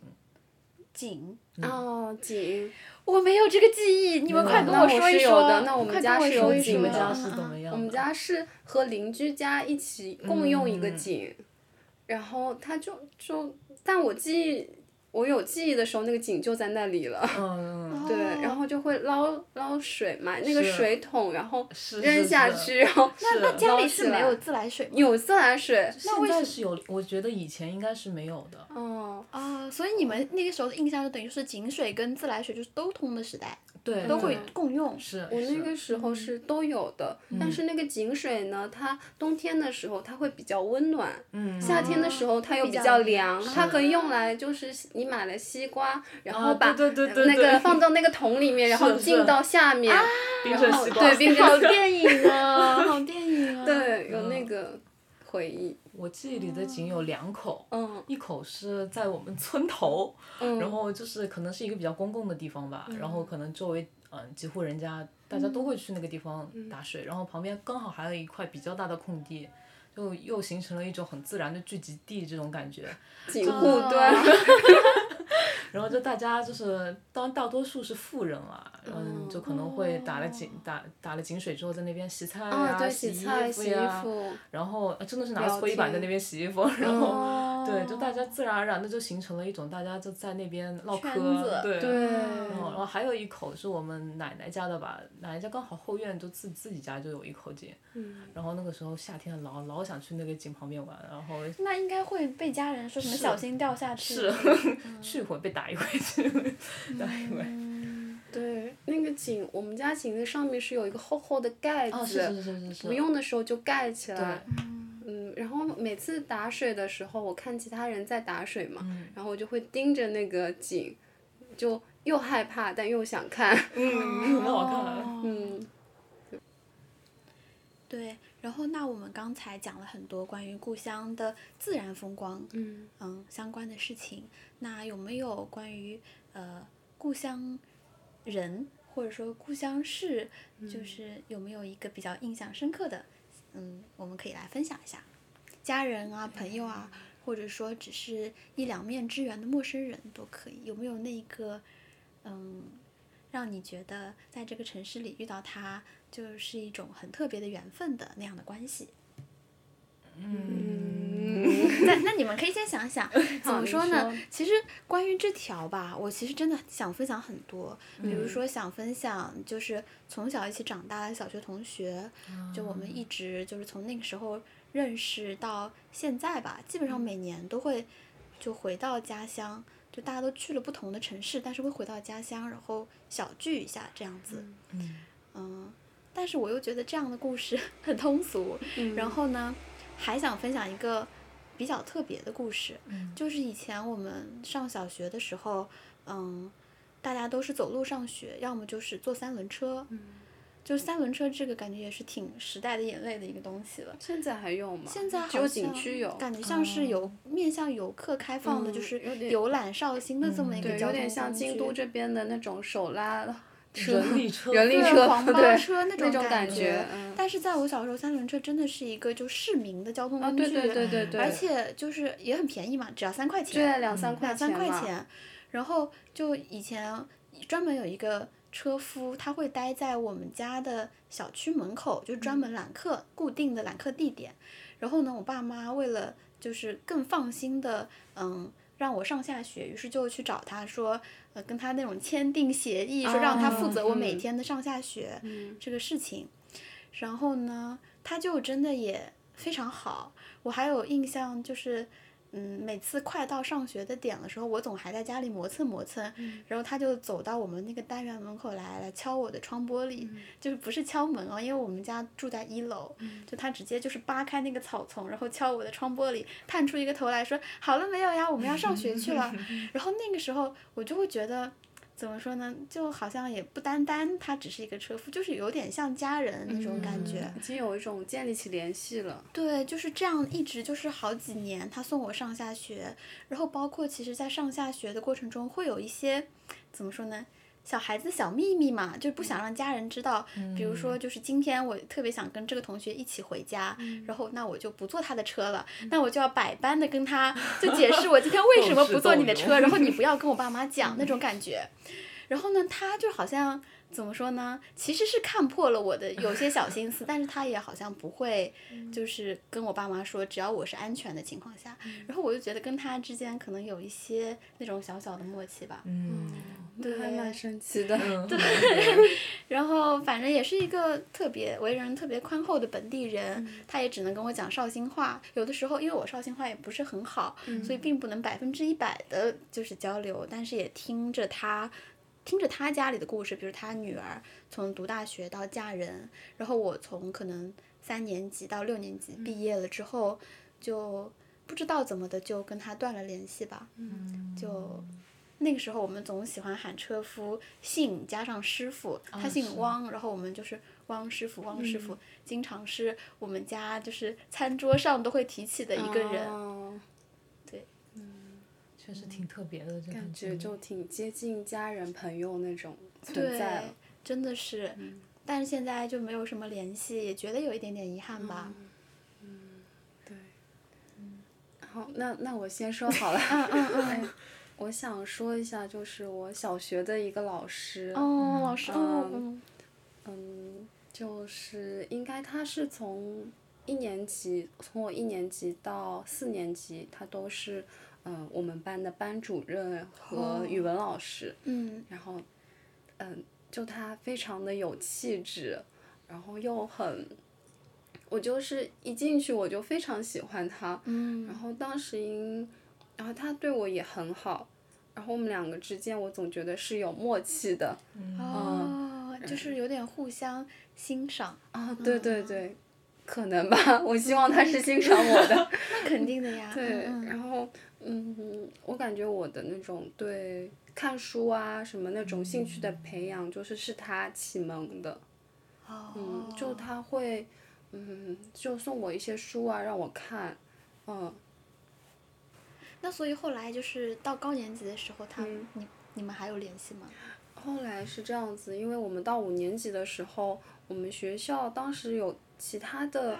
井，
哦，井，
我没有这个记忆，你们
有
快
啊
跟
那
我
我
说
是
一
有
说。
嗯的那我们
快
家
跟我
是有
说一
井
说。
的
你们家是
嗯
怎么样
我
的？
们家是和邻居家一起共用一个
嗯
井，然后他就就，但我记忆，我有记忆的时候，那个井就在那里了，
嗯，嗯
嗯
*laughs* 对，然后就会捞捞水，买那个
是
水桶，然后
是
扔下。
是
去，然后
是
那
是
*laughs* 家
捞
里
起
是没
来
有自来水吗？
有自来水，
现在是有，我觉得以前应该是没有的。
哦，
啊，所以你们那个时候的印象就等于是井水跟自来水就是都通的时代，
对，
都会
对
共用。
是。
嗯我那
是嗯
个时候是都有的，但是那个井水呢，它冬天的时候它会比较温暖，
嗯
夏天的时候它又哦比较凉，嗯它可以用来就是你买了西瓜，然后
啊
把呃
对对对对
那个
对
放到那个桶里
*laughs*
面，然后
是
浸
是
到下面，
冰镇西瓜。
对冰镇
好电影啊，好电影啊！
嗯
对，有那个回忆。
我记忆里的井有两口，
嗯
一口是在我们村头，
嗯，
*laughs* 然后就是可能是一个比较公共的地方吧，然后可能周围嗯、几户人家大
嗯
家都会去那个地方打水，然后旁边刚好还有一块比较大的空地，就又形成了一种很自然的聚集地这种感觉。
几户
*laughs*
啊
对，
然后就大家就是，当然大多数是富人啦，嗯，就可能会打了井打打了井水之后，在那边洗菜
啊哦对，洗
洗
菜、
服
洗衣
呀，
服，
然后呃真的是拿
聊
搓衣板在
天
那边洗衣服，然后
哦，
*laughs* 对，就大家自然而然的就形成了一种大家就在那边唠
圈
嗑
子，
对。
对
然
嗯
后，然后还有一口是我们奶奶家的吧，奶奶家刚好后院就自自己家就有一口井，
嗯，
然后那个时候夏天老老想去那个井旁边玩，然后
那应该会被家人说什么
是
小心掉下去。
是
嗯
去一会儿被打一回，去一
*laughs*
会儿被打一回。
嗯
对，那个井，我们家井的上面是有一个厚厚的盖
哦，
子，
是是是是是，
不用的时候就盖起
对
来。嗯，然后每次打水的时候，我看其他人在打水嘛，
嗯
然后我就会盯着那个井，就又害怕但又想看。
*laughs* 嗯，很好看。
哦
嗯，
对，然后那我们刚才讲了很多关于故乡的自然风光，
嗯
嗯，相关的事情。那有没有关于呃故乡人或者说故乡市，就是有没有一个比较印象深刻的，嗯，我们可以来分享一下，家人啊、朋友啊，或者说只是一两面之缘的陌生人都可以。有没有那一个，嗯，让你觉得在这个城市里遇到他就是一种很特别的缘分的那样的关系？
嗯，
*laughs* 那那你们可以先想
*laughs*
想，怎么
你
说呢？
说
其实关于这条吧，我其实真的想分享很多，比
嗯
如说想分享就是从小一起长大的小学同学，就我
哦
们一直就是从那个时候认识到现在吧，基本
嗯
上每年都会就回到家乡，就大家都去了不同的城市，但是会回到家乡，然后小聚一下这样子，
嗯
嗯。但是我又觉得这样的故事 *laughs* 很通俗，
嗯
然后呢，还想分享一个比较特别的故事，
嗯
就是以前我们上小学的时候，嗯，大家都是走路上学，要么就是坐三轮车，
嗯
就是三轮车这个感觉也是挺时代的眼泪的一个东西了。
现在还有吗？
现在好
嗯只
像
有景区有，
感觉像是游面向游客开放的，
嗯
就是
有点嗯
游览绍兴的这么一个
对，
交通
有点
工
像京都
具
这边的那种手拉车、
人力车，
人力
对
车，
黄包
*laughs* 对
车那
那
种感
感
觉
嗯
但是在我小时候，三轮车真的是一个就市民的交通
啊，
工具，
对对对对对，
而且就是也很便宜嘛，只要三块钱。
对两三块
嗯两三块
嘛，
钱，然后就以前专门有一个车夫，他会待在我们家的小区门口，就是
嗯
专门揽客，固定的揽客地点。然后呢，我爸妈为了就是更放心的，嗯。让我上下学，于是就去找他说，呃，跟他那种签订协议，说让他负责我每
嗯
天的上下学
嗯
这个事情。然后呢，他就真的也非常好，我还有印象就是，嗯，每次快到上学的点的时候，我总还在家里磨蹭磨蹭，然后他就走到我们那个单元门口来，来敲我的窗玻璃，就是不是敲门哦，因为我们家住在一楼，就他直接就是扒开那个草丛，然后敲我的窗玻璃，探出一个头来说：“好了没有呀？我们要上学去了。”然后那个时候我就会觉得。怎么说呢？就好像也不单单他只是一个车夫，就是有点像家人那种感觉。
嗯已经有一种建立起联系了。
对，就是这样，一直就是好几年，他送我上下学，然后包括其实，在上下学的过程中，会有一些怎么说呢？小孩子小秘密嘛，就不想让家人知道。比如
嗯
说，就是今天我特别想跟这个同学一起回家，
嗯
然后那我就不坐他的车了，那我就要百般的跟
*laughs*
他就解释我今天为什么
斗智
不坐你
斗
的
勇嗯
车，然后你不要跟我爸妈讲那种感觉。然后呢，他就好像怎么说呢？其实是看破了我的有些小心思，但是他也好像不会，就是跟我爸妈说，只要我是安全的情况下。然后我就觉得跟他之间可能有一些那种小小的默契吧。
嗯，
对嗯
还蛮神奇的。
然后反正也是一个特别为人特别宽厚的本地人，他也只能跟我讲绍兴话。有的时候因为我绍兴话也不是很好，所以并不能百分之一百的就是交流，但是也听着他。听着他家里的故事，比如他女儿从读大学到嫁人，然后我从可能三年级到六年
嗯
级毕业了之后，
嗯
就不知道怎么的就跟他断了联系吧。就那个时候我们总喜欢喊车夫姓加上师傅，
哦
他姓
是
汪，然后我们就是汪师傅，汪师傅，
嗯
经常是我们家就是餐桌上都会提起的一个人。
哦
确实挺特别的，这
感
感
觉就挺接近家人朋友那种存
对
在了。，嗯
真的是，但是现在就没有什么联系，也觉得有一点点遗憾
嗯
吧。
好，那那我先说好了。嗯嗯嗯。 *laughs* 我想说一下，就是我小学的一个老师，
哦，老师，
嗯
嗯
嗯，就是应该他是从一年级，从我一年级到四年级，他都是嗯、呃我们班的班主任和语文老师。
嗯
然后，嗯，就他非常的有气质，然后又很，我就是一进去我就非常喜欢他，然
嗯
后当时因，然后他对我也很好，然后我们两个之间我总觉得是有默契的，
嗯，哦，就是有点互相欣赏，
啊，
嗯
对对对，可能吧，我希望他是欣赏我的，
*laughs* 那肯定的呀。
对，
嗯嗯
然后嗯，我感觉我的那种对看书啊什么那种兴趣
嗯
的培养，就是是他启蒙的。
哦，
嗯，就他会，嗯，就送我一些书啊，让我看，嗯，
那所以后来就是到高年级的时候，他、
嗯
你你们还有联系吗？
后来是这样子，因为我们到五年级的时候，我们学校当时有其他的，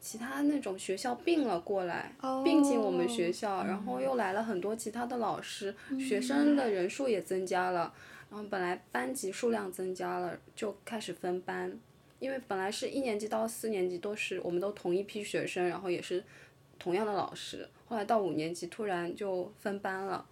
其他那种学校并了过来，
哦
并进我们学校，然后又来了很多其他的老师，学生的人数也增加了，然后本来班级数量增加了，就开始分班，因为本来是一年级到四年级都是我们都同一批学生，然后也是同样的老师，后来到五年级突然就分班了。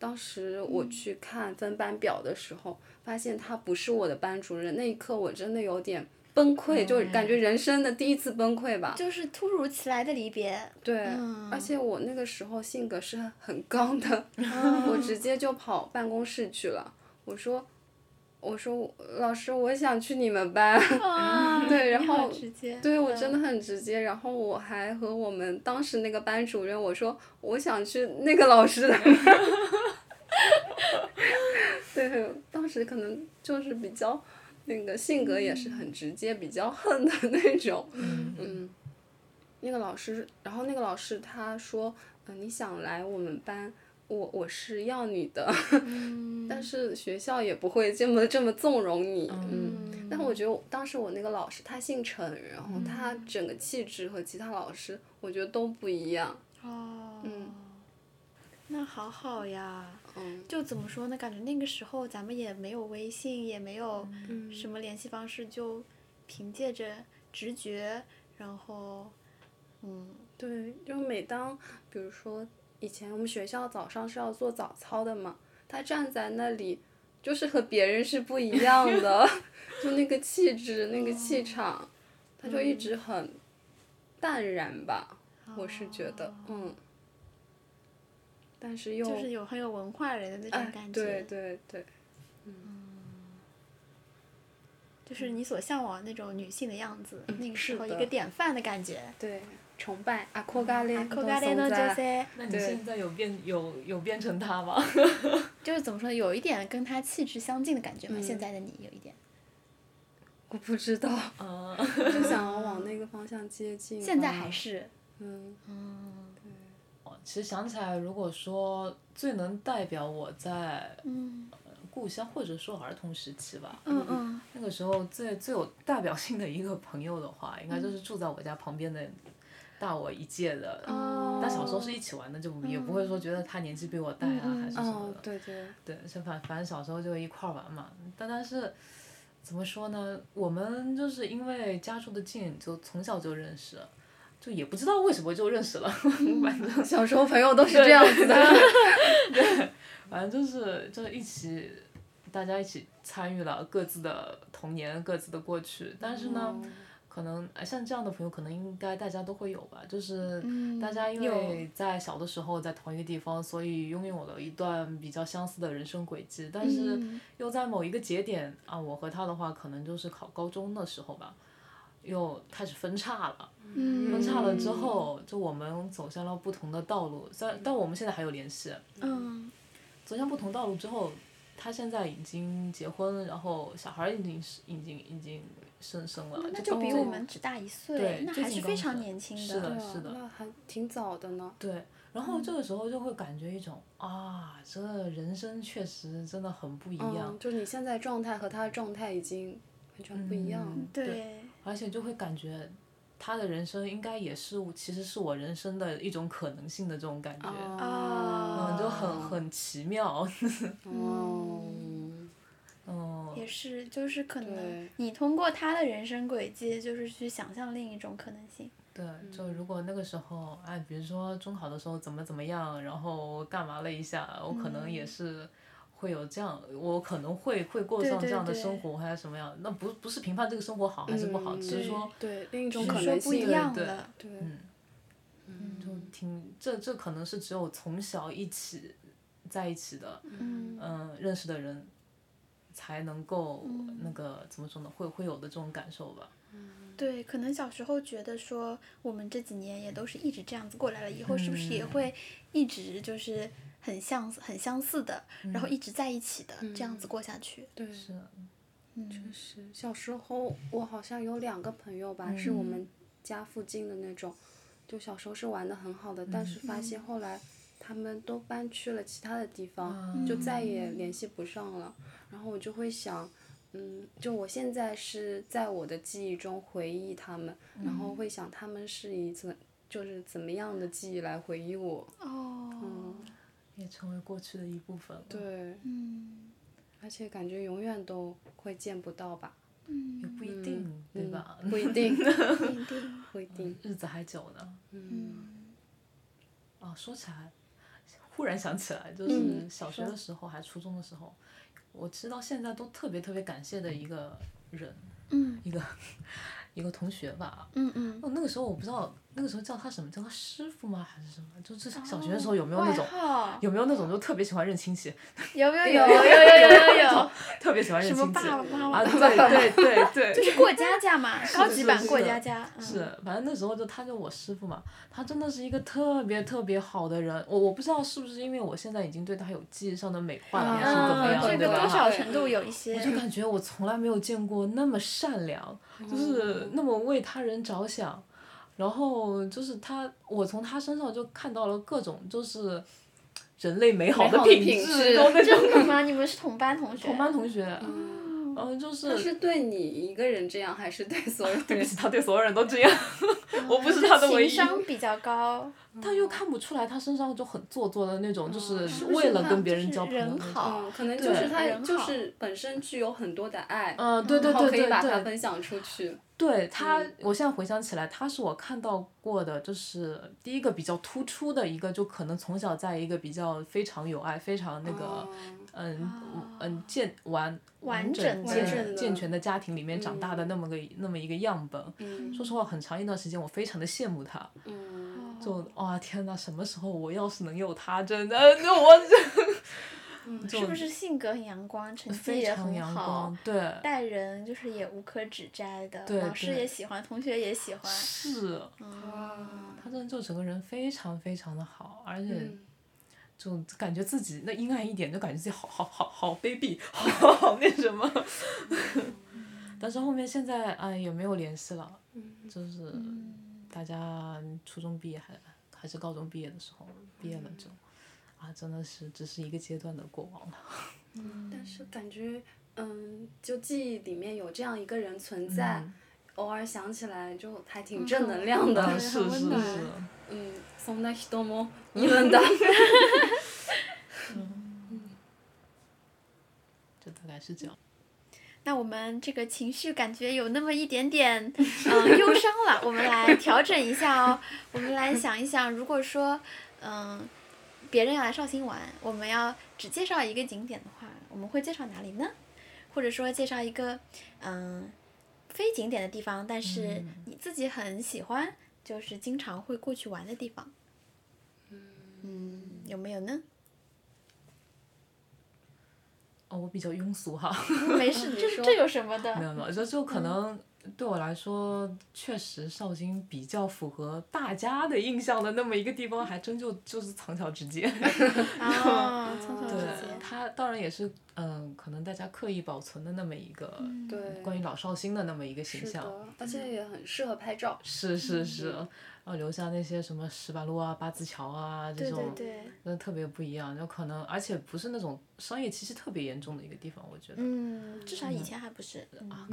当时我去看分班表的时候，发现他不是我的班主任，那一刻我真的有点崩溃，就感觉人生的第一次崩溃吧。
就是突如其来的离别。
对，
嗯
而且我那个时候性格是很刚的， *laughs* 我直接就跑办公室去了。我说，我说老师，我想去你们
*laughs*
班。
*laughs* 啊
对然
你好
后
直接。
对我真
嗯
的很直接，然后我还和我们当时那个班主任我说，我想去那个老师的。对，当时可能就是比较那个性格也是很直接，比较恨的那种。嗯，那个老师，然后那个老师他说，嗯、你想来我们班，我我是要你的，但是学校也不会这么这么纵容你，嗯。但我觉得我当时我那个老师他姓陈，然后他整个气质和其他老师我觉得都不一样，
哦，那好好呀。
嗯
就怎么说呢？感觉那个时候咱们也没有微信，也没有
嗯
什么联系方式，就凭借着直觉，然后，嗯，
对，就每当比如说以前我们学校早上是要做早操的嘛，他站在那里就是和别人是不一样 *laughs* 的，就那个气质、那个气场，他就一直很淡然吧，我是觉得，嗯，但是又
就是有很有文化人的那种
哎
感觉，
对对对，
就是你所向往那种女性的样子，那个时
嗯是
候一
的
个典范的感觉。
对，崇拜嗯阿库嘎列，
扣咖喱呢，就是
那你
对
现在有变有有变成他吗？ *laughs*
就是怎么说，有一点跟她气质相近的感
嗯
觉嘛。现在的你有一点，
我不知道，
嗯，
*laughs* 就想要往那个方向接近。
现在还是，
嗯，
嗯
哦其实想起来，如果说最能代表我在
嗯
故乡或者说儿童时期吧，
嗯嗯，
那个时候最最有代表性的一个朋友的话，应该就是住在我家旁边的大我一届的，
嗯哦嗯
但小时候是一起玩的，就也不会说觉得他年纪比我大啊、
嗯嗯
还是什么
哦
的，，
对对，
对，是反反正小时候就一块儿玩嘛。但但是怎么说呢，我们就是因为家住的近，就从小就认识，就也不知道为什么就认识了，反正
小时候朋友都是这样子的。
*laughs* 反正就是就是一起，大家一起参与了各自的童年、各自的过去。但是呢，
哦
可能哎像这样的朋友，可能应该大家都会有吧。就是大家因为在小的时候在同一个地方，所以拥有了一段比较相似的人生轨迹。但是又在某一个节点啊，我和他的话，可能就是考高中的时候吧，又开始分叉了。
嗯
分叉了之后，就我们走向了不同的道路。虽然但我们现在还有联系，
嗯
走向不同道路之后，他现在已经结婚，然后小孩已经是已经已经生生了，
嗯那
就
就
刚
比
刚
我们只大一岁
对，
那
最
还
近
是
刚
非常
生
年轻
是的
对
是
啊，那还挺早的呢。
对，
嗯
然后这个时候就会感觉一种、啊，这人生确实真的很不一样，
嗯，就你现在状态和他的状态已经完全不一样了。
嗯
对，
而且就会感觉他的人生应该也是我其实是我人生的一种可能性的这种感觉，
啊
嗯，就
哦
很很奇妙，
哦，
嗯，
也是，就是可能
对
你通过他的人生轨迹，就是去想象另一种可能性。
对，就如果那个时候，哎，比如说中考的时候怎么怎么样，然后干嘛了一下，我可能也
嗯
是会有这样，我可能会会过
对
上
对
这样的
对
生活，还是什么样？那不不是评判这个生活好还是不好，
嗯
只是说，
对另一种
就
可
是
能
说不
性，
一样
对
了，
对，
嗯就
嗯
挺这这可能是只有从小一起在一起的，
嗯，
嗯，认识的人才能够
嗯
那个怎么说呢，会会有的这种感受吧。
对，可能小时候觉得说我们这几年也都是一直这样子过来了，以后是不是也会一直就是很相似、很相似的，然后一直在一起的这样子过下去？
对，
是，
确实，小时候我好像有两个朋友吧，是
嗯
我们家附近的那种，就小时候是玩的很好的，但是发
嗯
现后来他们都搬去了其他的地方，就再
嗯
也联系不上了。然后我就会想，嗯，就我现在是在我的记忆中回忆他们，然
嗯
后会想他们是以怎就是怎么样的记忆来回忆我。
哦，
也成为过去的一部分了。
对，
嗯
而且感觉永远都会见不到吧？
嗯，
也不一定，对吧？
不一
*laughs*
定，
不一定，
不一定。
日子还久呢。
嗯
哦，说起来，忽然想起来，
嗯
就是小学的时候还初中的时候，我其实到现在都特别特别感谢的一个人，
嗯
一个 *laughs* 一个同学吧。
嗯嗯，
哦，那个时候我不知道，那个时候叫他什么？叫他师傅吗？还是什么？就是小学的时候有没有那种，
外号
有没有那种就特别喜欢认亲戚，
有没有有有有有有有
特别喜欢认
什么
亲戚
爸爸妈
啊？
妈？
对对对对，
就是过家家嘛，高级
是
版
是
过
的
家家，嗯
是，反正那时候就他就我师傅嘛，他真的是一个特别特别好的人。我我不知道是不是因为我现在已经对他有记忆上的美化了，还是怎么
嗯，
样，
这
对
个
吧？
多少
对
程度有一些
我就感觉我从来没有见过那么善良，就是那么为他人着想，然后就是他，我从他身上就看到了各种就是人类美好
美
的
好的
品
品
质，
质
都那种
真的吗？你们是同班同学？
同班同学，嗯，就是
他是对你一个人这样，还是对所有
*laughs*
人？
对不起，他对所有人都这样，我不是他的
就
唯一。
嗯情商比较高，
他又看不出来他身上就很做作的那种，就是
嗯是不
为
是
了
他
跟别人
就是
交朋友
人
那种。
好
嗯，可能就是他
人好
就是本身具有很多的爱，
嗯，对对
然后
对
可以
对
把它
对，
分享出去。
对他，
嗯
我现在回想起来，他是我看到过的，就是第一个比较突出的一个，就可能从小在一个比较非常有爱、非常那个，嗯嗯健完
哦完
整
整的嗯
健
完整的
健全的家庭里面长大的那么个那么一个样本。说实话，很长一段时间我非常的羡慕他，
哦
嗯，
就哇天哪，什么时候我要是能有他，真的， *laughs* 那我
是不是性格很阳光，成绩
非
也
常
很
阳
好
光，，对。
待人就是也无可指摘的，
对
老师
对
也喜欢，同学也喜欢，嗯
是，
嗯哇，
他真的就整个人非常非常的好，而且
嗯
就感觉自己那阴暗一点，就感觉自己好好好好卑鄙，好好那什么。
嗯
*laughs* 但是后面现在哎也没有联系了，就是
嗯
大家初中毕业还还是高中毕业的时候毕业了就，
嗯
啊真的是只是一个阶段的过往了。
但是感觉，嗯，就记忆里面有这样一个人
嗯
存在，偶尔想起来就还挺正能量的。
嗯
*laughs* 是是
温
是
暖，
嗯，そんな人もいる
*laughs*
んだ。
就大概是这样。
那我们这个情绪感觉有那么一点点，嗯、忧伤了。我们来调整一下哦。我们来想一想，如果说，嗯、别人要来绍兴玩，我们要只介绍一个景点的话，我们会介绍哪里呢？或者说介绍一个，嗯、非景点的地方，但是你自己很喜欢，就是经常会过去玩的地方。嗯，有没有呢？
哦，我比较庸俗哈。
没事，这
说
这有什么的？ *laughs* 嗯
没有没有，就就可能对我来说，确实绍兴比较符合大家的印象的那么一个地方，还真就就是藏小
*laughs*
直街。
啊，从小
对
直接，
它当然也是，嗯、可能大家刻意保存的那么一个、
嗯
对，
关于老绍兴的那么一个形
是
象。
的，而且也很适合拍照。
是是
嗯
是，然后留下那些什么石板路啊、八字桥啊这
对
种
对，对，
那特别不一样。有可能，而且不是那种商业气息特别严重的一个地方，我觉得。
嗯，至少以前还不是
嗯
啊。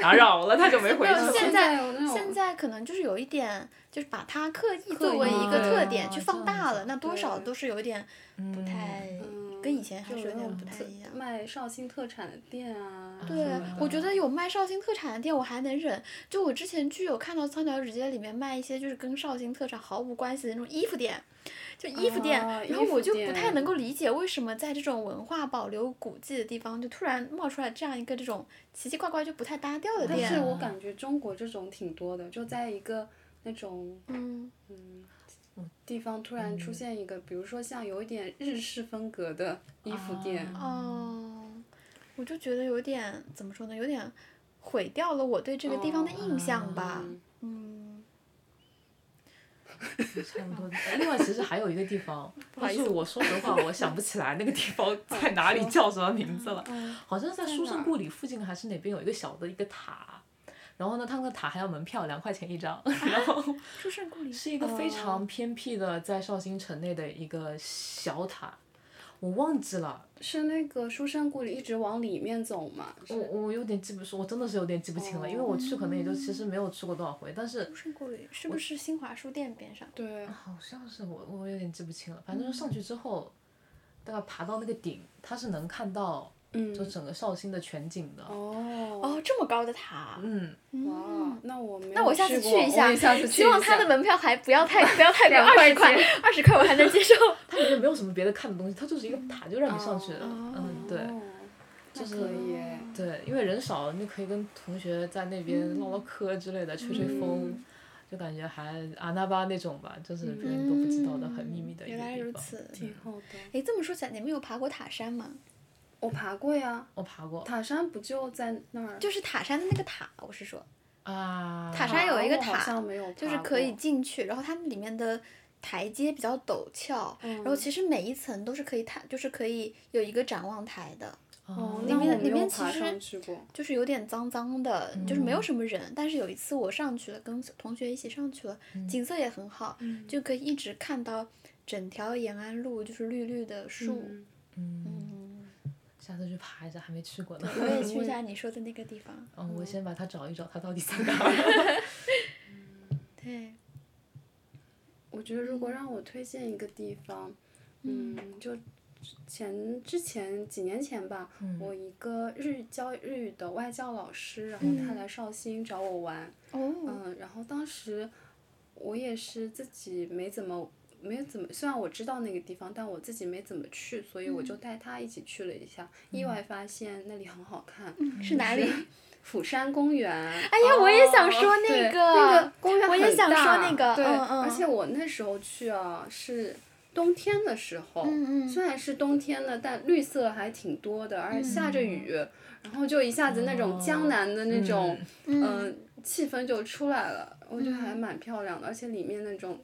打扰了，太久没回去
没有
了。
现
在
在
有那种
现在可能就是有一点，就是把它刻意
刻
作
意
为一个
对
特
啊
点去放大
这样
了，
子
那多少
对嗯
都是有一点不太，跟以前还是有点不太一样。
卖绍兴特产的店啊，
对，我觉得有卖绍兴特产的店我还能忍，就我之前去有看到苍桥直街里面卖一些就是跟绍兴特产毫无关系的那种衣服店，就衣服店，
啊
然后
衣服
我就不
店
太能够理解为什么在这种文化保留古迹的地方，就突然冒出来这样一个这种奇奇怪怪就不太搭调的
但是
店。
啊
我感觉中国这种挺多的，就在一个那种
嗯，
嗯地方突然
嗯
出现一个，比如说像有一点日式风格的衣服
啊
店，
哦，我就觉得有点怎么说呢，有点毁掉了我对这个地
哦
方的印象吧。嗯，
差不多。另外，其实还有一个地方，
好
但
意
是
思
我说实话，我想不起来那个地方在哪里，叫什么名字了。好像是在
在
书
哪
生
儿
故里附近，还是哪边有一个小的一个塔。然后呢，它那个塔还要门票，两块钱一张。然后
书圣故里
是一个非常偏僻的，在绍兴城内的一个小塔，我忘记了，
是那个书山故里一直往里面走嘛，
我
是
我有点记不住，我真的是有点记不清了，因为我去可能也就其实没有去过多少回，但是
书圣故里是不是新华书店边上？
对，
好像是我我有点记不清了，反正上去之后，大概爬到那个顶，它是能看到
嗯
就整个绍兴的全景的，
哦，
哦，这么高的塔，啊
嗯，
哇，那我没有
那我下次
去过
一
我
下，
也下次去
希望
一
它
下
的门票还不要太不要
*laughs*
太贵，
两
二
块
十块
钱，
二十块我还能接受。
它里面没有什么别的看的东西，它就是一个塔就让你上去，
嗯哦
嗯，对。
哦那
是
可以耶，
对，因为人少，你可以跟同学在那边唠唠嗑之类的，吹吹风，
嗯
就感觉还阿那巴那种吧，就是别人都不知道的、很秘密的
嗯
一
原
个
来
地
如
方。
此。
挺好的。
哎，这么说起来，你们有爬过塔山吗？
我爬过呀，
我爬过
塔山不就在那儿？
就是塔山的那个塔，我是说，
啊，
塔山有一个
我好
塔
像没有爬过，
就是可以进去，然后它们里面的台阶比较陡峭，然
嗯
后其实每一层都是可以塔，就是可以有一个展望台的，
哦，
里
那
面
我
里
没有
面
爬
其
上
实
去过。
就是有点脏脏的，就是没有
嗯
什么人。但是有一次我上去了，跟同学一起上去了，
嗯
景色也很好，就可以一直看到整条延安路就是绿绿的树。
嗯
嗯，
下次去爬一下，还没去过呢。
我也去一下你说的那个地方。
嗯，我先把它找一找，它到底在哪儿？
对，
我觉得如果让我推荐一个地方，嗯，就前之前几年前吧，我一个日教日语的外教老师，然后他来绍兴找我玩，
哦，
嗯，然后当时我也是自己没怎么没怎么，虽然我知道那个地方，但我自己没怎么去，所以我
嗯
就带他一起去了一下，意外发现那里很好看，
是哪里？
釜山公园。哎
哎呀，我也想说
那
那个，
哦那个公园
我也
很
想说
大
那个，
对，
嗯嗯，
而且我那时候去啊是冬天的时候，
嗯嗯
虽然是冬天了，但绿色还挺多的，而且下
嗯
着雨，然后就一下子那
哦
种江南的那种，嗯、气氛就出来了，我觉得
嗯
还蛮漂亮的，而且里面那种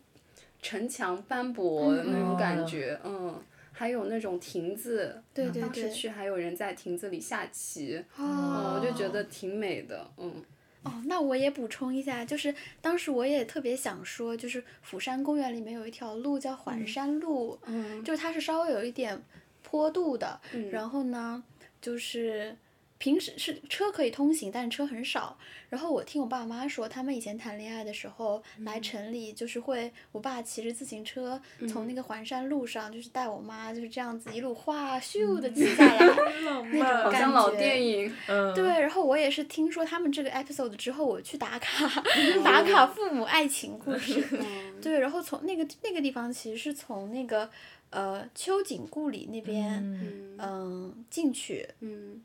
城墙斑
嗯
驳的那种感觉，嗯。还有那种亭子，
哦
嗯
对对
当时
对
去还有人在亭子里下棋，嗯，
哦
我就觉得挺美的，嗯，
哦，那我也补充一下，就是当时我也特别想说，就是釜山公园里面有一条路叫环山路，
嗯
就是它是稍微有一点坡度的，然后呢，就是平时是车可以通行，但是车很少。然后我听我爸妈说，他们以前谈恋爱的时候
嗯
来城里，就是会我爸骑着自行车
嗯
从那个环山路上，就是带我妈就是这样子一路哗咻的骑下来，
*laughs*
那种
嗯 *laughs* 好
感
像老
觉嗯
电影，
对，然后我也是听说他们这个 episode 之后，我去打卡 *laughs* 打卡父母爱情故事。 *laughs* 对，然后从那个那个地方其实是从那个呃秋瑾故里那边嗯、
嗯
进去
嗯，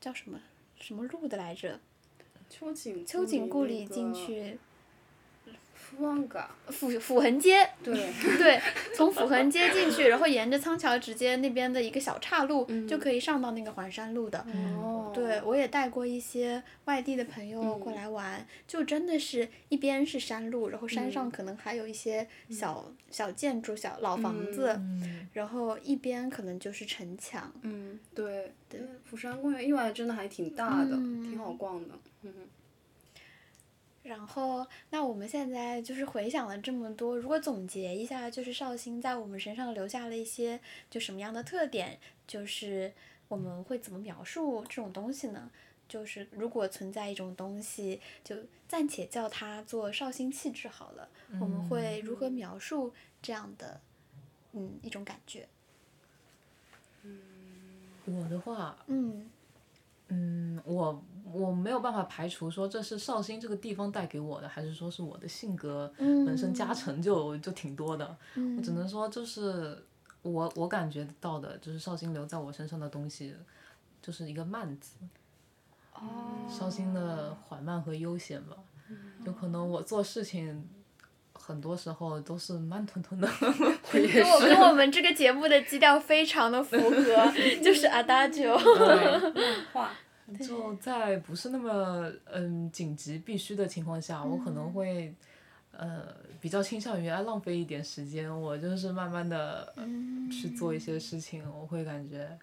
叫什么什么路的来着？
秋瑾
秋瑾故里
那个
进去，
富旺港，
府府横街，
对，
对，从府横街进去，然后沿着仓桥直接那边的一个小岔路、就可以上到那个环山路的。
哦，
嗯对，我也带过一些外地的朋友过
嗯
来玩，就真的是一边是山路，然后山上可能还有一些小、小建筑、小老房子，
嗯，
然后一边可能就是城墙。
嗯，对，对，釜山公园意外真的还挺大的，挺好逛的，嗯，
然后，那我们现在就是回想了这么多，如果总结一下，就是绍兴在我们身上留下了一些就什么样的特点，就是我们会怎么描述这种东西呢？就是如果存在一种东西，就暂且叫它做绍兴气质好了，我们会如何描述这样的，嗯，一种感觉？
我的话，
嗯
嗯，我我没有办法排除说这是绍兴这个地方带给我的，还是说是我的性格本身加成就、就挺多的。我只能说就是我我感觉到的，就是绍兴留在我身上的东西，就是一个慢字，绍
哦，
兴的缓慢和悠闲吧。有可能我做事情很多时候都是慢吞吞的，我也
跟哦我跟我们这个节目的基调非常的符合， *laughs* 就是阿达九。
嗯
漫画，
就在不是那么嗯紧急必须的情况下，我可能会呃比较倾向于爱浪费一点时间，我就是慢慢的去做一些事情，我会感觉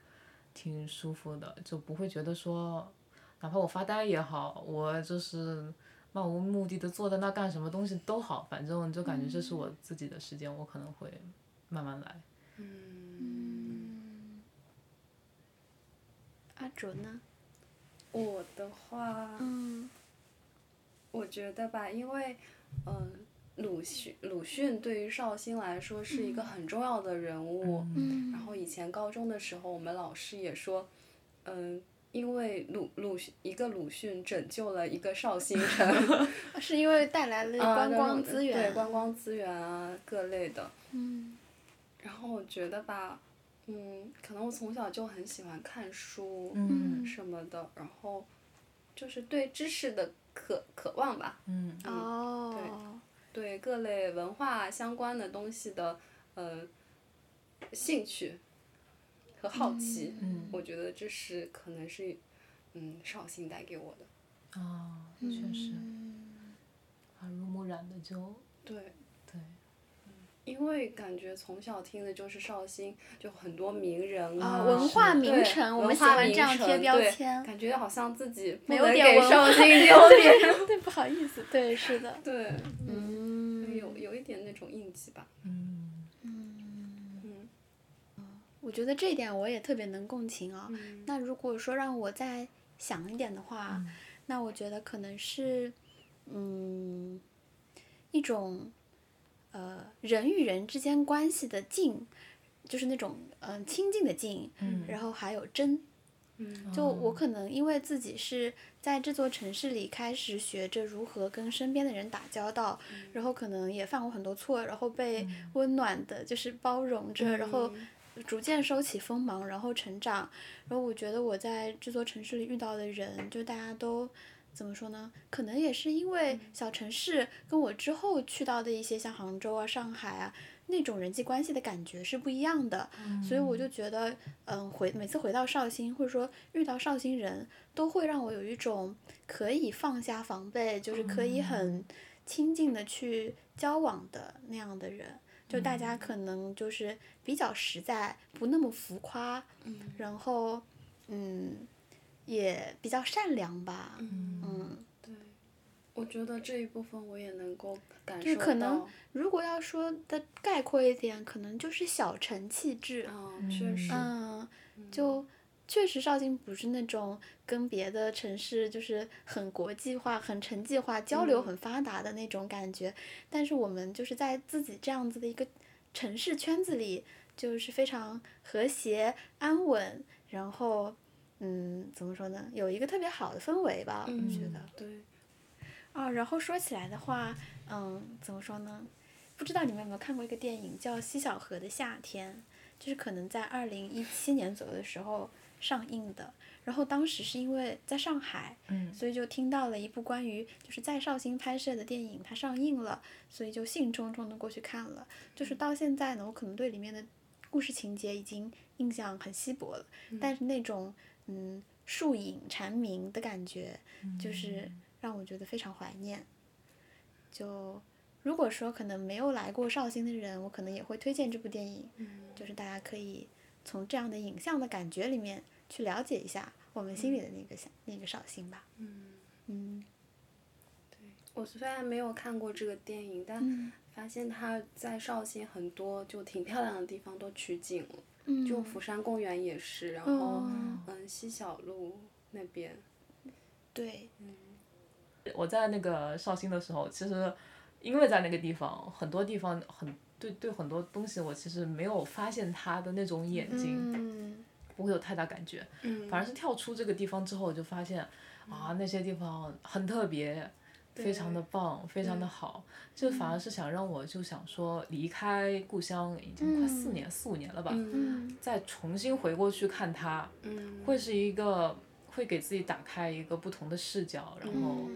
挺舒服的，就不会觉得说哪怕我发呆也好，我就是漫无目的的坐在那干什么东西都好，反正就感觉这是我自己的时间，我可能会慢慢来。
嗯
阿卓呢？
我的话，
嗯
我觉得吧，因为，嗯、鲁迅，鲁迅对于绍兴来说是一个很重要的人物。
嗯
然后以前高中的时候，我们老师也说，嗯、因为鲁鲁迅一个鲁迅拯救了一个绍兴城，
是因为带来了 *laughs*
啊
观
那
光
种
资源。
对观光资源啊各类的。
嗯
然后我觉得吧，嗯，可能我从小就很喜欢看书，
嗯
什么的，然后就是对知识的渴渴望吧，
嗯
哦，
对各类文化相关的东西的呃兴趣和好奇，
嗯
我觉得这是可能是嗯绍兴带给我的。
啊，确实
嗯
耳濡目染的就
对，
对。
因为感觉从小听的就是绍兴，就很多名人
啊，
啊，
文化
对
名城，我
文
们喜
化
欢
名
这样
城
贴标
对
签。
感觉好像自己不
没有
能
点
给
文
绍
化
兴
*laughs*
丢脸。
对，不好意思，对，是的。
对，
嗯
有有一点那种印记吧。
嗯
嗯
我觉得这一点我也特别能共情啊、
嗯
那如果说让我再想一点的话，那我觉得可能是，嗯，一种，呃，人与人之间关系的近，就是那种嗯、呃亲近的近，然后还有真。
嗯
就
哦
我可能因为自己是在这座城市里开始学着如何跟身边的人打交道，然后可能也犯过很多错，然后被温暖的就是包容着，然
嗯
后逐渐收起锋芒，然后成长。然后我觉得我在这座城市里遇到的人，就大家都怎么说呢？可能也是因为小城市跟我之后去到的一些像杭州啊、上海啊那种人际关系的感觉是不一样的，所以我就觉得，嗯，回每次回到绍兴，或者说遇到绍兴人，都会让我有一种可以放下防备，就是可以很亲近的去交往的那样的人。就大家可能就是比较实在，不那么浮夸，然后，嗯，也比较善良吧，嗯，
对，我觉得这一部分我也能够感
就
受
是
到。
可能如果要说的概括一点，可能就是小城气质。
嗯，确实，
嗯，就确实绍兴不是那种跟别的城市就是很国际化、很城际化、交流很发达的那种感觉，但是我们就是在自己这样子的一个城市圈子里，就是非常和谐、安稳，然后。嗯，怎么说呢？有一个特别好的氛围吧，我
嗯
觉得。
对，
啊，然后说起来的话，嗯，怎么说呢？不知道你们有没有看过一个电影叫《西小河的夏天》，就是可能在二零一七年左右的时候，上映的。然后当时是因为在上海，
嗯
所以就听到了一部关于就是在绍兴拍摄的电影，它上映了，所以就兴冲冲的过去看了。就是到现在呢，我可能对里面的故事情节已经印象很稀薄了，但是那种嗯树影蝉鸣的感觉，就是让我觉得非常怀念。就如果说可能没有来过绍兴的人，我可能也会推荐这部电影，就是大家可以从这样的影像的感觉里面去了解一下我们心里的那个小、那个绍兴吧。嗯
我虽然没有看过这个电影，
嗯
但发现它在绍兴很多就挺漂亮的地方都取景了，
嗯
就釜山公园也是，然后
嗯
嗯西小路那边，
对，
我在那个绍兴的时候，其实因为在那个地方，很多地方很对对很多东西，我其实没有发现它的那种眼睛，
嗯
不会有太大感觉。
嗯
反而是跳出这个地方之后，我就发现啊，那些地方很特别，非常的棒，非常的好。这反而是想让我就想说，离开故乡已经快四年、四五年了吧，
嗯
再重新回过去看它，
嗯
会是一个会给自己打开一个不同的视角，然
嗯
后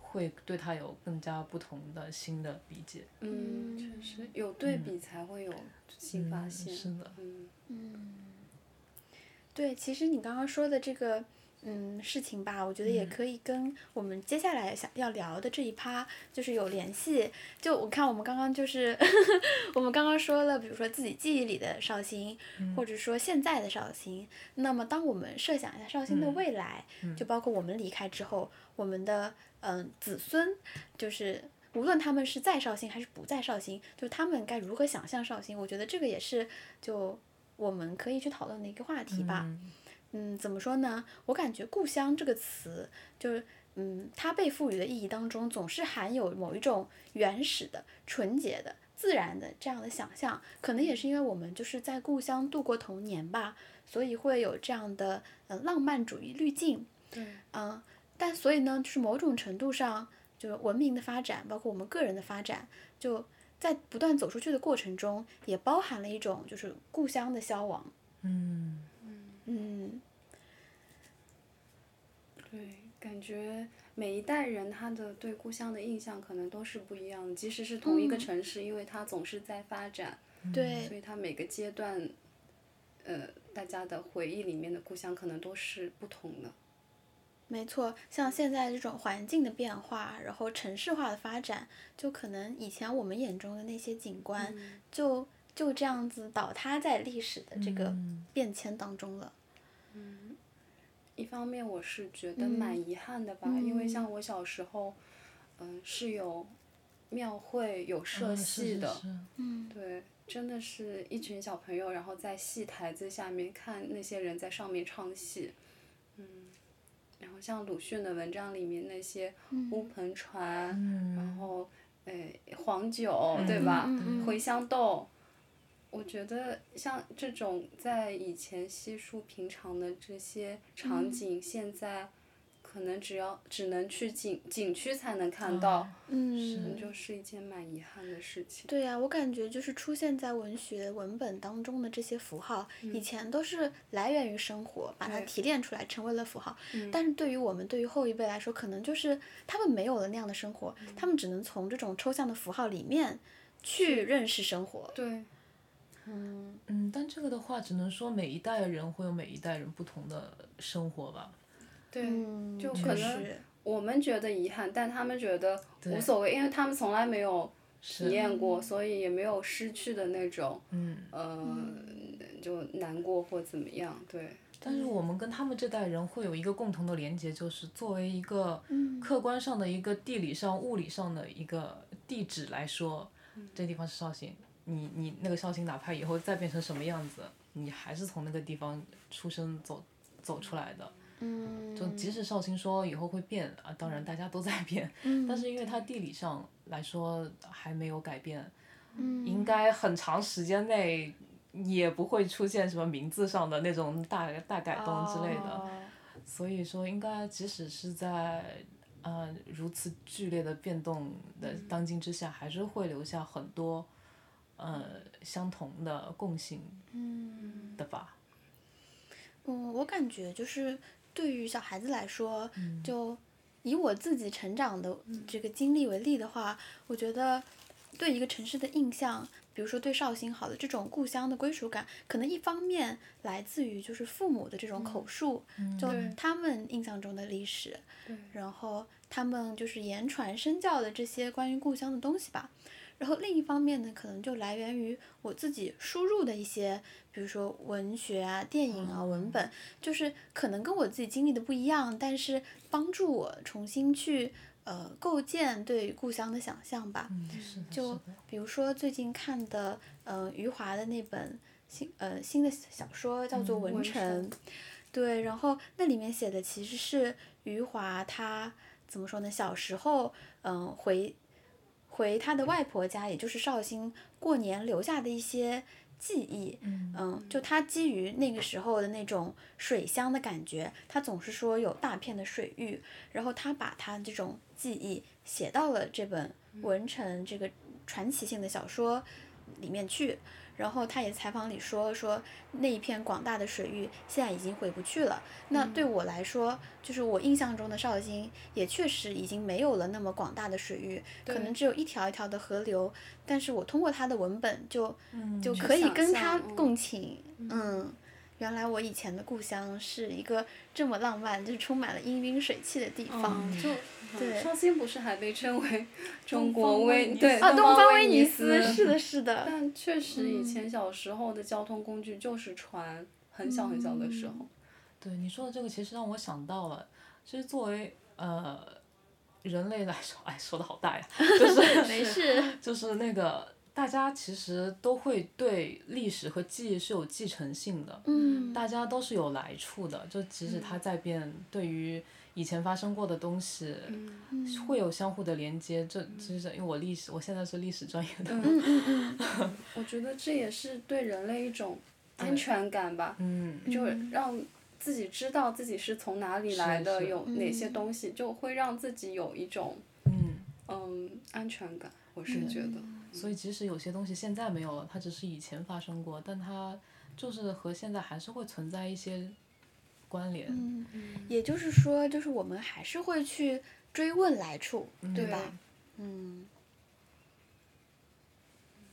会对它有更加不同的新的理解。
嗯，确实有对比才会有新发现，
嗯是的
嗯
对，其实你刚刚说的这个。嗯，事情吧，我觉得也可以跟我们接下来想要聊的这一趴就是有联系。就我看我们刚刚就是 *laughs* 我们刚刚说了，比如说自己记忆里的绍兴，或者说现在的绍兴。那么，当我们设想一下绍兴的未来，就包括我们离开之后，我们的嗯、呃子孙，就是无论他们是在绍兴还是不在绍兴，就他们该如何想象绍兴，我觉得这个也是就我们可以去讨论的一个话题吧。嗯，怎么说呢？我感觉“故乡”这个词，就是嗯，它被赋予的意义当中，总是含有某一种原始的、纯洁的、自然的这样的想象。可能也是因为我们就是在故乡度过童年吧，所以会有这样的嗯、呃浪漫主义滤镜。
对，
嗯，但所以呢，就是某种程度上，就是文明的发展，包括我们个人的发展，就在不断走出去的过程中，也包含了一种就是故乡的消亡。
嗯，
嗯
对，感觉每一代人他的对故乡的印象可能都是不一样的，即使是同一个
嗯
城市，因为它总是在发展，，
嗯
对，
所以它每个阶段，呃，大家的回忆里面的故乡可能都是不同的。
没错，像现在这种环境的变化，然后城市化的发展，就可能以前我们眼中的那些景观，
嗯
就就这样子倒塌在历史的这个
嗯
变迁当中了。
一方面我是觉得蛮
嗯
遗憾的吧，因为像我小时候，嗯、是有庙会有社
嗯
戏的，
是是是
嗯，
对，真的是一群小朋友，然后在戏台子下面看那些人在上面唱戏，嗯，然后像鲁迅的文章里面那些
嗯
乌篷船，
嗯
然后诶、黄酒，对吧？
嗯嗯
茴香豆，我觉得像这种在以前稀疏平常的这些
嗯
场景，现在可能只要只能去景景区才能
哦
看到，
嗯，
就是一件蛮遗憾的事情。
对呀、我感觉就是出现在文学文本当中的这些符号，以前都是来源于生活，把它
嗯对嗯
提炼出来成为了符号。但是对于我们对于后一辈来说，可能就是他们没有了那样的生活，
嗯
他们只能从这种抽象的符号里面去认识生活。
对，
嗯
嗯，但这个的话，只能说每一代人会有每一代人不同的生活吧。
对，
嗯，
就
确
可能
实
我们觉得遗憾，但他们觉得
对
无所谓，因为他们从来没有体
是，
验过，所以也没有失去的那种，
嗯，
呃，就难过或怎么样。对，
但是我们跟他们这代人会有一个共同的连接，就是作为一个客观上的一个地理上、物理上的一个地址来说，这地方是绍兴。你你那个绍兴，哪怕以后再变成什么样子，你还是从那个地方出生走走出来的。
嗯，
就即使绍兴说以后会变啊，当然大家都在变，
嗯
但是因为它地理上来说还没有改变，
嗯
应该很长时间内也不会出现什么名字上的那种大大改动之类的。
哦
所以说，应该即使是在呃如此剧烈的变动的
嗯
当今之下，还是会留下很多呃相同的共性的吧。
嗯，我感觉就是对于小孩子来说，就以我自己成长的这个经历为例的话，我觉得对一个城市的印象，比如说对绍兴好的这种故乡的归属感，可能一方面来自于就是父母的这种口述，就他们印象中的历史，然后他们就是言传身教的这些关于故乡的东西吧。然后另一方面呢，可能就来源于我自己输入的一些，比如说文学啊、电影啊、文本，就是可能跟我自己经历的不一样，但是帮助我重新去呃构建对故乡的想象吧。
嗯是的，
就是
的
比如说最近看的，呃，余华的那本新呃新的小说叫做《嗯文
文
臣》
臣
对，然后那里面写的其实是余华他怎么说呢？小时候，嗯、回回他的外婆家，也就是绍兴过年留下的一些记忆。嗯、就他基于那个时候的那种水乡的感觉，他总是说有大片的水域，然后他把他这种记忆写到了这本
嗯
《文臣》这个传奇性的小说里面去。然后他也采访里说说那一片广大的水域现在已经回不去了。那
嗯
对我来说，就是我印象中的绍兴也确实已经没有了那么广大的水域，可能只有一条一条的河流。但是我通过他的文本就、就可以
嗯想
跟他
象嗯
共情。嗯，原来我以前的故乡是一个这么浪漫，就是充满了氤氲水汽的地方。
嗯，就
对
绍兴不是还被称为中
方
国
威
威
尼
对
斯
啊，东方
威
威尼
斯
斯，是的，嗯是的。
但确实以前小时候的交通工具就是船，很小很小的时
嗯
候，
对你说的这个，其实让我想到了，其实作为呃人类来说，哎，说的好大呀， *laughs*
*laughs*
就是
没事，
就是那个大家其实都会对历史和记忆是有继承性的，
嗯，
大家都是有来处的，就即使它在变，对于以前发生过的东西，
嗯
嗯
会有相互的连接。这其实因为我历史，我现在是历史专业的，
我觉得这也是对人类一种安全感吧，
嗯，
就让自己知道自己是从哪里来的，
是
有哪
嗯
些东西，就会让自己有一种
嗯，
嗯安全感。我
嗯
是觉得，
所以即使有些东西现在没有了，它只是以前发生过，但它就是和现在还是会存在一些关联。
嗯，也就是说，就是我们还是会去追问来处，对吧？嗯
嗯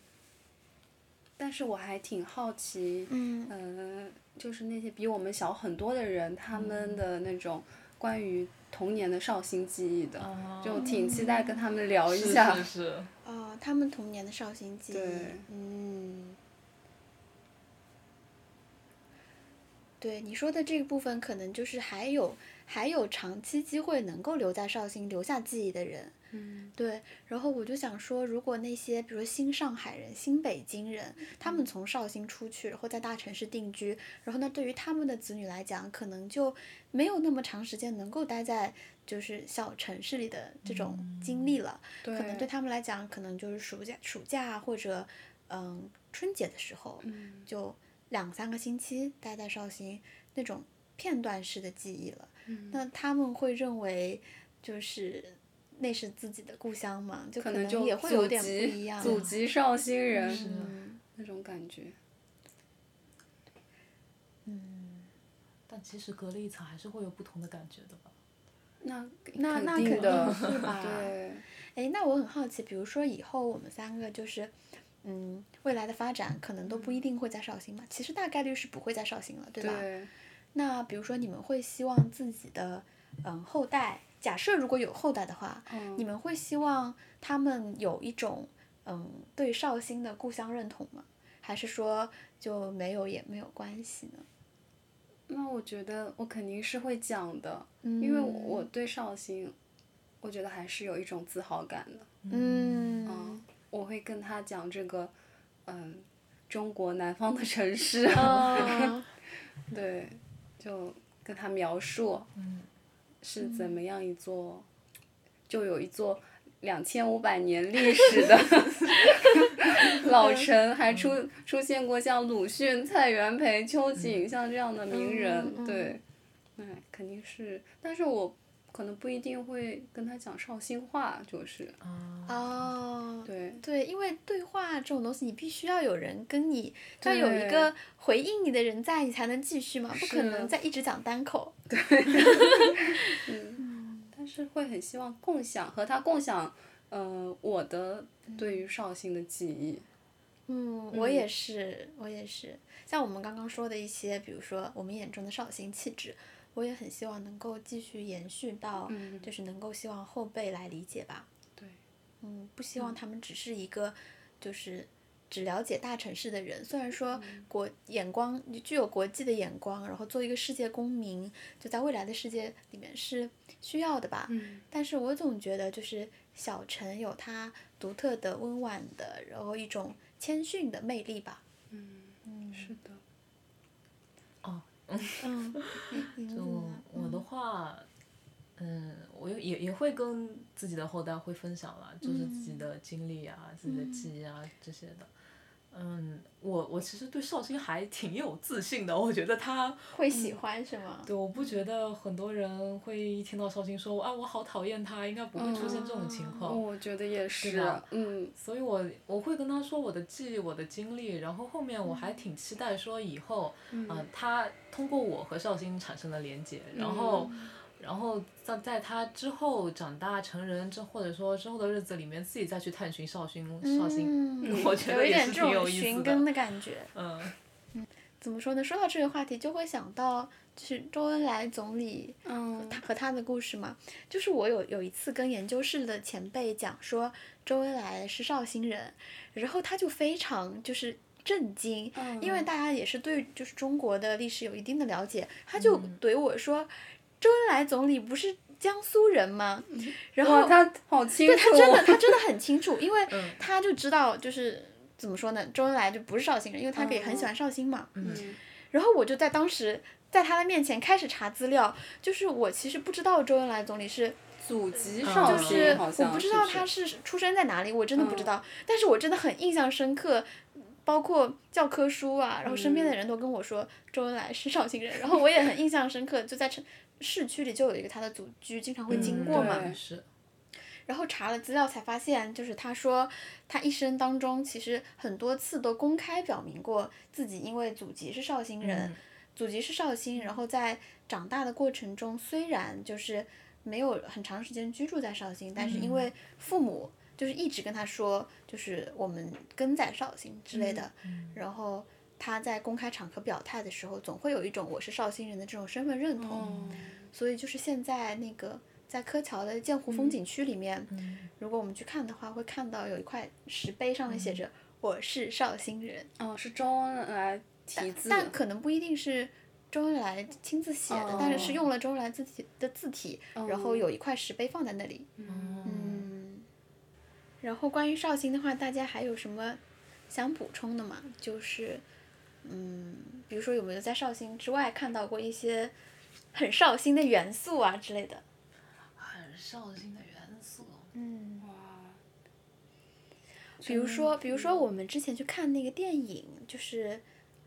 但是我还挺好奇，
嗯
嗯、就是那些比我们小很多的人，他
嗯
们的那种关于童年的绍兴记忆的，
哦
啊
就挺期待跟他们聊一
是
下。
是是，
啊、他们童年的绍兴记忆
对，
嗯，对你说的这个部分，可能就是还有还有长期机会能够留在绍兴留下记忆的人，
嗯
对，然后我就想说，如果那些比如说新上海人、新北京人，
嗯
他们从绍兴出去，然后在大城市定居，然后呢，对于他们的子女来讲，可能就没有那么长时间能够待在就是小城市里的这种
嗯
经历了。
对
可能对他们来讲，可能就是暑假、暑假或者嗯春节的时候，
嗯
就两三个星期待在绍兴那种片段式的记忆了。
嗯
那他们会认为就是那是自己的故乡嘛，就
可
能
就
也会
祖
有点不
籍
一样。啊
祖籍绍兴人、
嗯
那种感觉。
但即使隔了一层，还是会有不同的感觉的吧？
那
那那
定
肯
的
定，是吧？
*laughs* 对，
哎，那我很好奇，比如说以后我们三个就是，嗯，未来的发展可能都
嗯
不一定会在绍兴嘛，其实大概率是不会在绍兴了，对吧？
对，
那比如说你们会希望自己的，嗯，后代，假设如果有后代的话，你们会希望他们有一种，嗯，对绍兴的故乡认同吗？还是说就没有也没有关系呢？
那我觉得我肯定是会讲的，
嗯
因为我对绍兴，我觉得还是有一种自豪感的。
嗯，
嗯，我会跟他讲这个，嗯，中国南方的城市，
*laughs* 啊
对，就跟他描述，
嗯
是怎么样一座，就有一座两千五百年历
*laughs*
史的 *laughs*
嗯
老城，还出出现过像鲁迅、蔡元培、秋瑾像这样的名人，
嗯嗯嗯
对，哎，肯定是，但是我。可能不一定会跟他讲绍兴话，就是
嗯
哦，
对
对，因为对话这种东西，你必须要有人跟你，要有一个回应你的人在，你才能继续嘛，不可
是
能再一直讲单口。
但是会很希望共享和他共享，呃，我的对于绍兴的记忆。
嗯，我也是，我也是。像我们刚刚说的一些，比如说我们眼中的绍兴气质，我也很希望能够继续延续到，
嗯
就是能够希望后辈来理解吧。
对，
嗯，不希望他们只是一个，就是只了解大城市的人。虽然说国眼光具有国际的眼光，然后做一个世界公民，就在未来的世界里面是需要的吧。
嗯
但是我总觉得就是小城有它独特的温婉的，然后一种谦逊的魅力吧。
嗯，是的，
嗯， *laughs* 你
就我的话，嗯，我也也也会跟自己的后代会分享啦，就是自己的经历啊、自己的记忆啊这些的。嗯，我我其实对绍兴还挺有自信的，我觉得他，
会喜欢是吗？
对，我不觉得很多人会一听到绍兴说啊我好讨厌他，应该不会出现这种情况。
哦我觉得也是
哦吧，
嗯
所以我我会跟他说我的记忆、我的经历，然后后面我
嗯
还挺期待说以后，嗯、他通过我和绍兴产生了连接，然后，
嗯
然后在在他之后长大成人之，或者说之后的日子里面，自己再去探寻绍兴，绍兴，
嗯
我觉
有
得
一
也
点
是
这
挺
种
有意
寻
思
根
的。
的感觉。
嗯，
怎么说呢？说到这个话题，就会想到就是周恩来总理
嗯
他和他的故事嘛，就是我有有一次跟研究室的前辈讲说周恩来是绍兴人，然后他就非常就是震惊，因为大家也是对就是中国的历史有一定的了解，他就怼我说，周恩来总理不是江苏人吗？然后
哇，他好清楚，
他真的，他真的很清
*laughs*
楚，因为
嗯
他就知道就是怎么说呢，周恩来就不是绍兴人，因为他也很喜欢绍兴嘛。
哦嗯
然后我就在当时在他的面前开始查资料，就是我其实不知道周恩来总理是，
祖籍绍
就
就是
兴好
我
像
不知道
是嗯
他是出生在哪里，我真的不知道，但是我真的很印象深刻。包括教科书啊，然后身边的人都跟我说周恩来是绍兴人，然后我也很印象深刻，就在城市区里就有一个他的祖居，经常会经过嘛。
对
嗯是，
然后查了资料才发现，就是他说他一生当中其实很多次都公开表明过自己因为祖籍是绍兴人，祖籍是绍兴，然后在长大的过程中，虽然就是没有很长时间居住在绍兴，但是因为父母就是一直跟他说，就是我们根在绍兴之类的，然后。他在公开场合表态的时候，总会有一种我是绍兴人的这种身份认同。
嗯
所以就是现在那个在柯桥的建湖
嗯
风景区里面，如果我们去看的话，会看到有一块石碑，上面
嗯
写着“我是绍兴人
哦，是周恩来题”，字，
但可能不一定是周恩来亲自写的，
哦
但是是用了周恩来自己的字体，然后有一块石碑放在那里。嗯，然后关于绍兴的话，大家还有什么想补充的吗？就是，嗯，比如说有没有在绍兴之外看到过一些很绍兴的元素啊之类的？
很绍兴的元素。
嗯，
哇，
比如说，比如说我们之前去看那个电影，就是《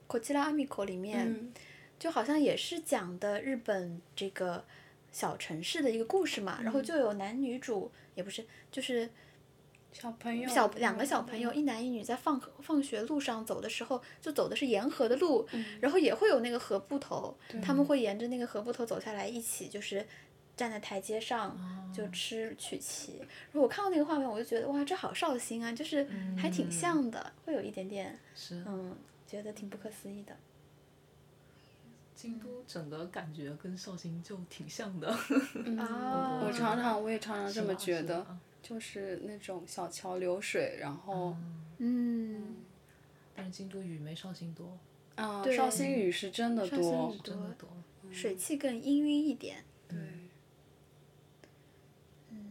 口奇拉阿米口》里面，
嗯
就好像也是讲的日本这个小城市的一个故事嘛，然后就有男女主，也不是，就是
小朋友
小两个小朋友，一男一女在放放学路上走的时候，就走的是沿河的路，
嗯
然后也会有那个河埠头，他们会沿着那个河埠头走下来，一起就是站在台阶上
哦
就吃曲奇。然后我看到那个画面，我就觉得哇，这好绍兴啊，就是还
嗯
挺像的，会有一点点，
是
嗯，觉得挺不可思议的。
京都整个感觉跟绍兴就挺像的，
啊
嗯我常常我也常常这么
是吧
觉
*laughs* 是啊
得
吧，
就是那种小桥流水，然后
嗯，
但是京都雨没绍兴多，
啊，
对
绍兴雨是真的
绍兴
多
雨，
真的多。
嗯
水汽更氤氲一
*laughs*
点。
对，嗯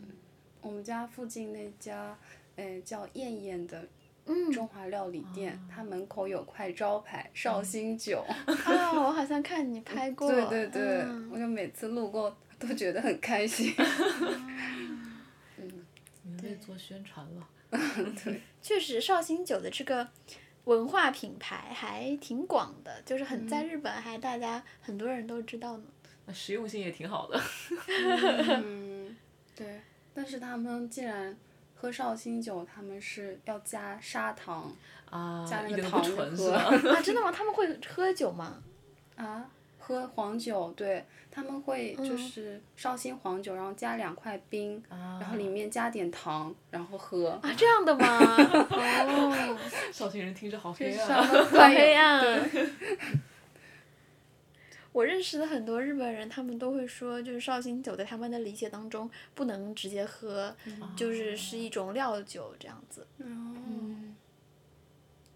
我们家附近那家，哎，叫燕燕的
嗯
中华料理店，它门口有块招牌“绍兴酒”，
啊，我好像看你拍过。
对对对，
嗯
我就每次路过都觉得很开心。
你们被做宣传了，
确实，绍兴酒的这个文化嗯品牌还挺广的，就是很在日本还大家很多人都知道呢。 *laughs*
那实用性也挺好的。
*laughs* 嗯，对，但是他们既然喝绍兴酒，他们是要加砂糖
啊
加那
一
个
点都
糖
不
就
纯
喝
是吧？
啊，真的吗？他们会喝酒吗？
啊，喝黄酒，对，他们会就
嗯
是绍兴黄酒，然后加两块冰，然
啊
后里面加点糖，然后喝。
啊，这样的吗？ *laughs* 哦，
*laughs* 绍兴人听着好
这
黑
是
暗
*laughs*
啊。
他们
好
专有
黑暗。 *laughs* 我认识的很多日本人，他们都会说，就是绍兴酒在他们的理解当中不能直接喝，
哦
就是是一种料酒这样子。
嗯，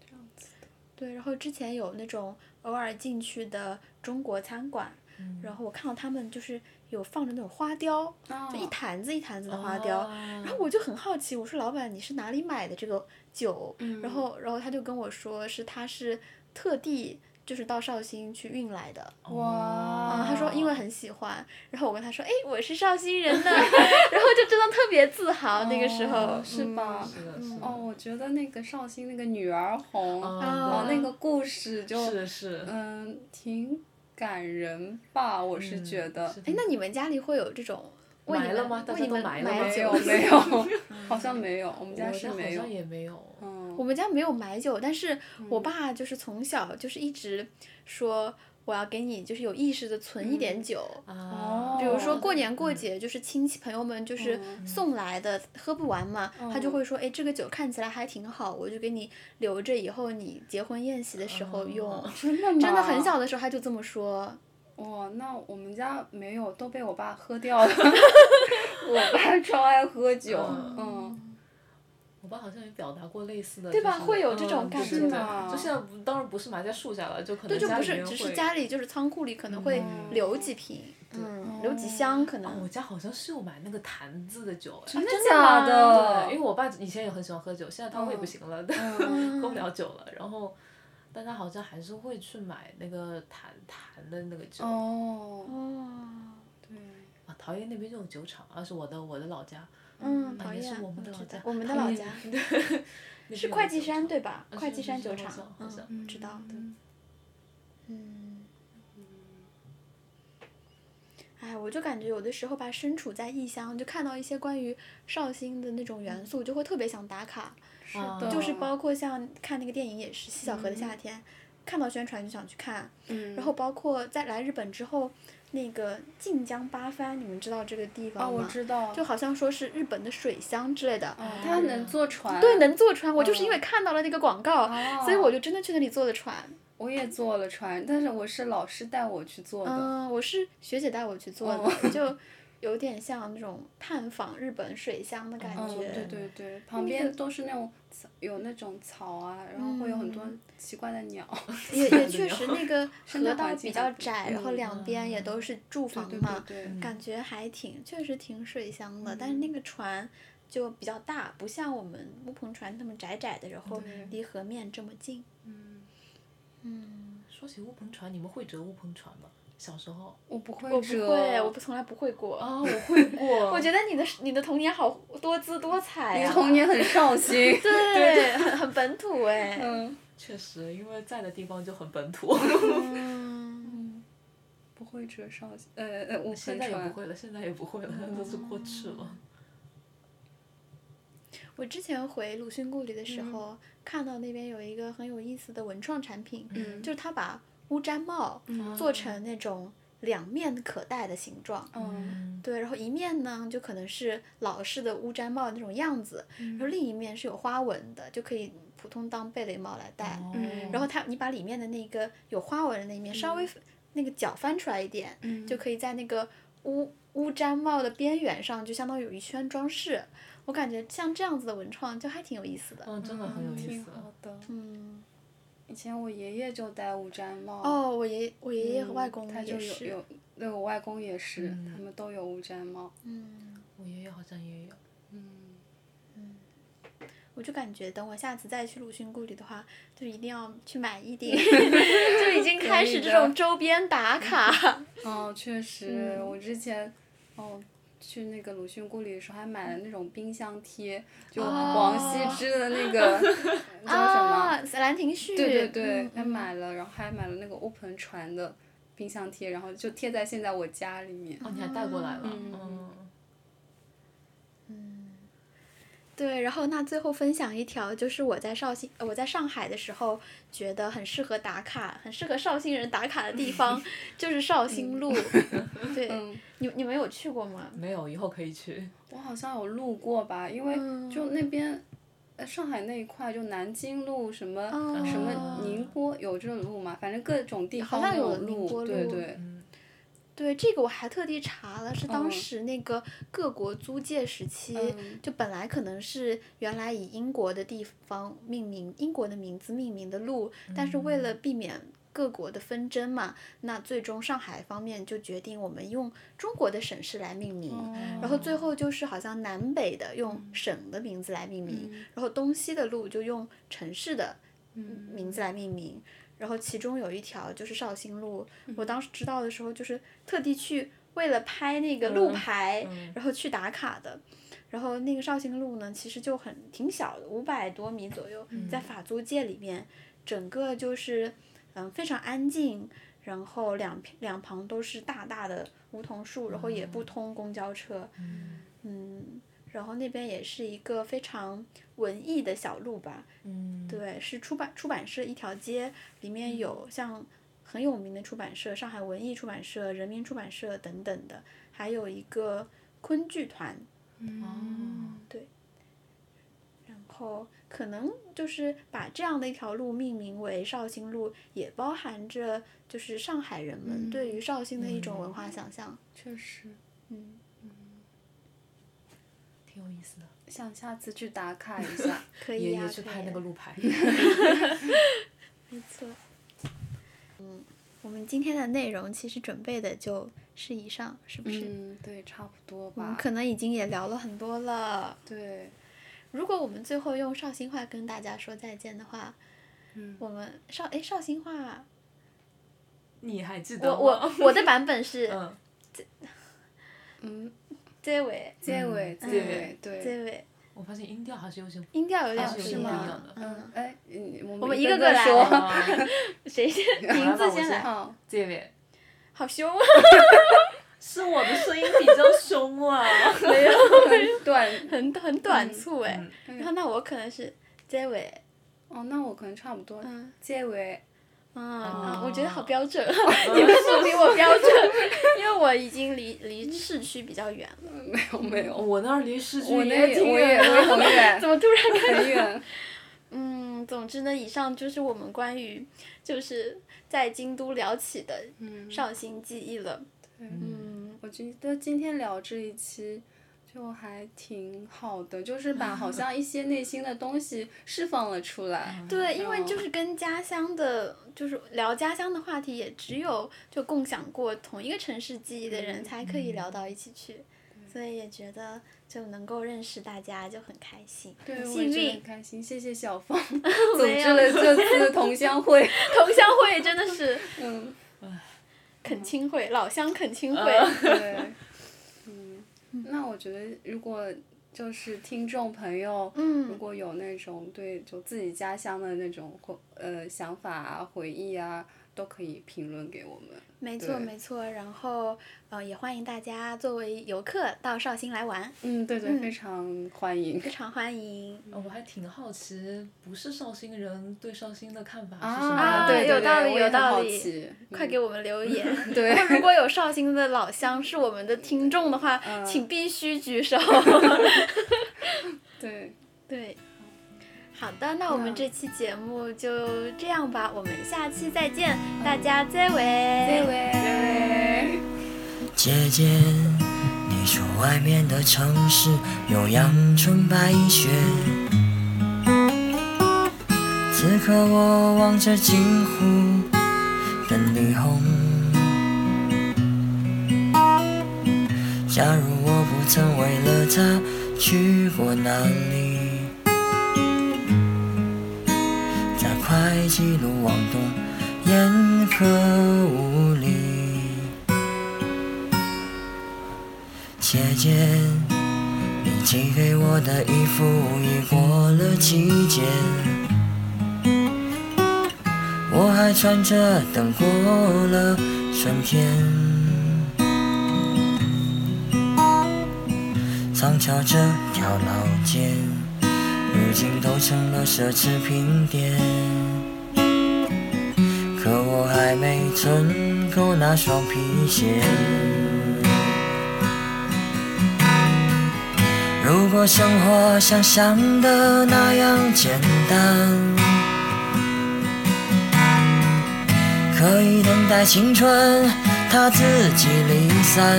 这样子的。
对，然后之前有那种偶尔进去的中国餐馆，
嗯
然后我看到他们就是有放着那种花雕，就一
哦
坛子一坛子的花雕，
啊
然后我就很好奇，我说老板你是哪里买的这个酒？然
嗯
后然后他就跟我说是他是特地就是到绍兴去运来的。
嗯
哇
啊，他说因为
哦
很喜欢，然后我跟他说，哎，我是绍兴人
*laughs*
呢，然后就真的特别自豪。那个时候
哦是吧
嗯
是的，是的
哦，，我觉得那个绍兴那个女儿红，
啊
哦，那个故事就是
的是的，
嗯挺感人吧，我是
嗯
觉得。
是的
哎，那你们家里会有这种为你
埋了
们
吗大
为
家
你
都
们
埋了吗
买
哎没
酒
有没有，
*laughs*
好像没有，我们家
我
是
好
没有
像。也没有。
我们家没有买酒，但是
嗯
我爸就是从小就是一直说我要给你就是有意识的存一点酒，
啊嗯
比如说
哦
过年过节就是亲戚朋友们就是
嗯
送来的喝不完嘛，他就
嗯
会说，哎，这个酒看起来还挺好，我就给你留着，以后你结婚宴席的时候用。
哦
真的
*laughs*
吗？
真的很小的时候他就这么说，
哇，那我们家没有，都被我爸喝掉
*laughs*
了。我爸超爱喝酒，嗯，
我爸好像也表达过类似的，
对吧
就是
会有这种
嗯
感
对
觉
对
吗
对就现在不，当然不是埋在树下了，就可能
对，就
家
不
里
是
面，
只是
会啊
家里就是仓库里可能会
嗯
留几瓶，嗯，留几箱可能
哦，。我家好像是有买那个坛子的酒，哎
真
啊
的
真的
假
吗
对，因为
的？
我爸以前也很喜欢喝酒，现在他胃不行了， *laughs*
嗯
喝不了酒了，然后。但他好像还是会去买那个坛坛的那个酒、
哦，
哦，
对，
啊，桃园那边就有酒厂，啊是我的我的老家，
嗯，
啊
讨
也
厌
是，我们
知
的老
道
家，
我们的
桃
老
园
家
对，那边
是
有
会稽
酒厂
山对吧？
啊
会
是
稽
是
山
是
酒
好
厂
像，好像
嗯，知道。
对
嗯，哎，我就感觉有的时候吧，身处在异乡，就看到一些关于绍兴的那种元素，就会特别想打卡。
是
啊
的，
就是包括像看那个电影也是《西小河的夏天》，看到宣传就想去看。
嗯，
然后包括在来日本之后，那个晋江八幡，你们知道这个地
啊，
方
我
吗？
知道，
就好像说是日本的水乡之类的。
哦，他能坐船，嗯
对，能坐船，我就是因为看到了那个广告，所以
哦
我就真的去那里坐的船。
我也坐了船，但是我是老师带我去坐的。
嗯，我是学姐带我去做的，
哦
就有点像那种探访日本水乡的感
嗯，
觉。
对对对，旁边都是那种草有那种草啊，然后会有很多
嗯
奇怪的鸟。 *laughs*
也也确实，那个
生态
河道
环
比
境
较
还不
窄，然后
嗯
两边也都是住房
对对
嘛，
对嗯对
感觉还挺，确实挺水乡的。但是那个船就比较大，不像我们木篷船那么窄窄的，然后离河面这么近。
说起乌篷船，你们会折乌篷船吗？小时候
我不会
我不
折，
会，我不从来不会过。
啊，我会过
*laughs* 我觉得你的你的童年好多姿多彩
你
呀、
童
*laughs*
年很绍兴。
对，很很本土哎、
嗯，
确实，因为在的地方就很本土。
嗯，
不会折绍兴，呃呃，
*laughs*
我
嗯现在也不会了，现在也不会了，都是过去了。
我之前回鲁迅故里的时
嗯
候，看到那边有一个很有意思的文创产品，
嗯
就是他把乌毡帽
嗯
做成那种两面可戴的形状。
嗯
对，然后一面呢就可能是老式的乌毡帽那种样子，
嗯
然后另一面是有花纹的，就可以普通当贝雷帽来戴。
嗯
然后它你把里面的那个有花纹的那一面稍微那个角翻出来一点，
嗯
就可以在那个乌乌毡帽的边缘上，就相当于有一圈装饰。我感觉像这样子的文创就还挺有意思的。
嗯，真的很有意
挺
思。
好的。
嗯，
以前我爷爷就戴乌毡帽。
哦，我爷我爷爷和
嗯
外公
他
也，
就是有有，对我外公也是，
嗯
他们都有乌毡帽。
嗯，
我爷爷好像也有。
嗯，
我就感觉等我下次再去鲁迅故里的话，就一定要去买一
*laughs*
顶，就已经开始这种周边打卡。
哦，确实，
嗯
我之前，哦，去那个鲁迅故里的时候还买了那种冰箱贴，就
哦
王羲之的
*laughs*
那个叫什么？
啊，兰亭序。
对对对
嗯，
还
嗯
买了，然后还买了那个乌篷船的冰箱贴，然后就贴在现在我家里面。
哦，你还带过来了，
嗯
嗯，
对，然后那最后分享一条，就是我在绍兴，呃我在上海的时候，觉得很适合打卡，很适合绍兴人打卡的地 *laughs* 方，就是绍兴路。对，
嗯
你你们有去过吗？
没有，以后可以去。
我好像有路过吧，因为
嗯
就那边，呃，上海那一块就南京路什么、
哦
什么宁波有这种路嘛，反正各种地
好
方
像
都
有宁波路
路，对对，
对，这个我还特地查了，是当
嗯
时那个各国租界时期，
嗯
就本来可能是原来以英国的地方命名，英国的名字命名的路，但是为了避免各国的纷争嘛，那最终上海方面就决定我们用中国的省市来命名。然后最后就是好像南北的用省的名字来命名，然后东西的路就用城市的名字来命名。然后其中有一条就是绍兴路，我当时知道的时候就是特地去为了拍那个路牌，然后去打卡的。然后那个绍兴路呢，其实就很挺小的，五百多米左右，在法租界里面，整个就是嗯非常安静，然后两片两旁都是大大的梧桐树，然后也不通公交车，嗯，然后那边也是一个非常文艺的小路吧，
嗯，
对，是出版出版社一条街，里面有像很有名的出版社，上海文艺出版社、人民出版社等等的，还有一个昆剧团，
哦，
然后可能就是把这样的一条路命名为绍兴路，也包含着就是上海人
嗯
们对于绍兴的一种文化想象。
确实。
嗯，
挺有意思的，
想下次去打卡一下，
可以
也
呀、
也
可
去
以
拍那
呀
个路牌。 *laughs*
没错。嗯，我们今天的内容其实准备的就是以上，是不是？
嗯，对，差不多
我
吧。
们可能已经也聊了很多了。
对，
如果我们最后用绍兴话跟大家说再见的话，
嗯
我们绍哎绍兴话，
你还记
我
得
我
吗？
我的版本
*laughs*
是
嗯，
嗯，
这位
结尾，结
嗯
尾，对，
这位，
我发现音调还是有些不
音调有
还
点
是有
是
些不一
吗
样的。
嗯，
哎，嗯我
我们
一
一个
个
个来
说，
*laughs* 啊
*laughs*
*laughs* 谁先
来
名
吧
字
我
先
先
来？
好，
这位
好
*laughs*
凶啊！
是我的声音比较凶 *laughs* 啊。
没有，
*laughs*
很短。
很很短促哎
嗯。
然后那我可能是这位，
哦，那我可能差不多。
嗯
结尾，
嗯，
哦
嗯我觉得好标准，你
*laughs*
们是比我标准， *laughs* 因为我已经离离市区比较远了。
没有没有，
我那儿离市区
我那
也挺
我也
远的。
我也
*laughs*
很
怎么突然开
远，很远。
嗯，总之呢，以上就是我们关于就是在京都聊起的绍兴记忆了。嗯
我觉得今天聊这一期就还挺好的，就是把好像一些内心的东西释放了出来。
嗯
对，因为
嗯
就是跟家乡的，就是聊家乡的话题，也只有就共享过同一个城市记忆的
嗯
人才可以聊到一起去，所以也觉得就能够认识大家就很开心，
对，
很
我
幸
也觉得
运
很。开心，谢谢小 *laughs* 芳组织了这次同乡 *laughs* 会。
同乡会真的是
*laughs* 嗯，
恳亲会，老乡恳亲会。嗯
对，嗯，那我觉得如果就是听众朋友，
嗯
如果有那种对就自己家乡的那种回呃想法啊、回忆啊，都可以评论给我们。
没错
对
没错，然后呃也欢迎大家作为游客到绍兴来玩，
嗯，对对，
嗯
非常欢迎
非。常欢迎。
呃我还挺好奇，不是绍兴人对绍兴的看法是什么
啊，
样的？
对对
有道
对
理
我
有
也很
道
好
理
奇
快
嗯
给我们留
*laughs*
言。
对
然后如果有绍兴的老乡是我们的听众的话，
嗯
请必须举
*laughs*
手。
对，
对，好的，那我们这期节目就这样吧，我们下期再见，大家再会，
这位。
姐姐，你说外面的城市有阳春白雪，此刻我望着镜湖的霓虹。假如我不曾为了她去过哪里，在会稽路往东，沿河五里。姐姐，你寄给我的衣服已过了季节，我还穿着等过了春天。苍桥这条老街，如今都成了奢侈品店。可我还没存够那双皮鞋。如果生活像想的那样简单，可以等待青春它自己离散。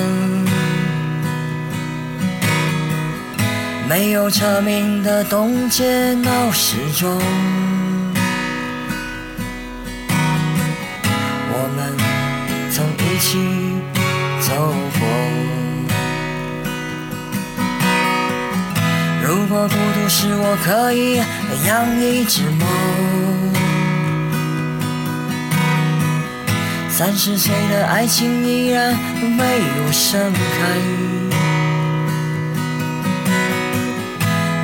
没有车鸣的东街闹市中，我们曾一起走过。如果孤独使我可以养一只猫。三十岁的爱情依然没有盛开。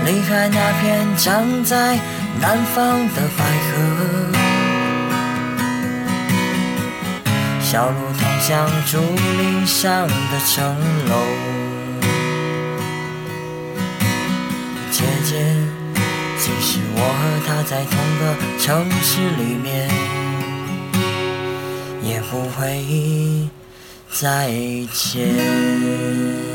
离开那片长在南方的百合，小路通向竹林上的城楼。姐姐，即使我和她在同个城市里面。也不会再见。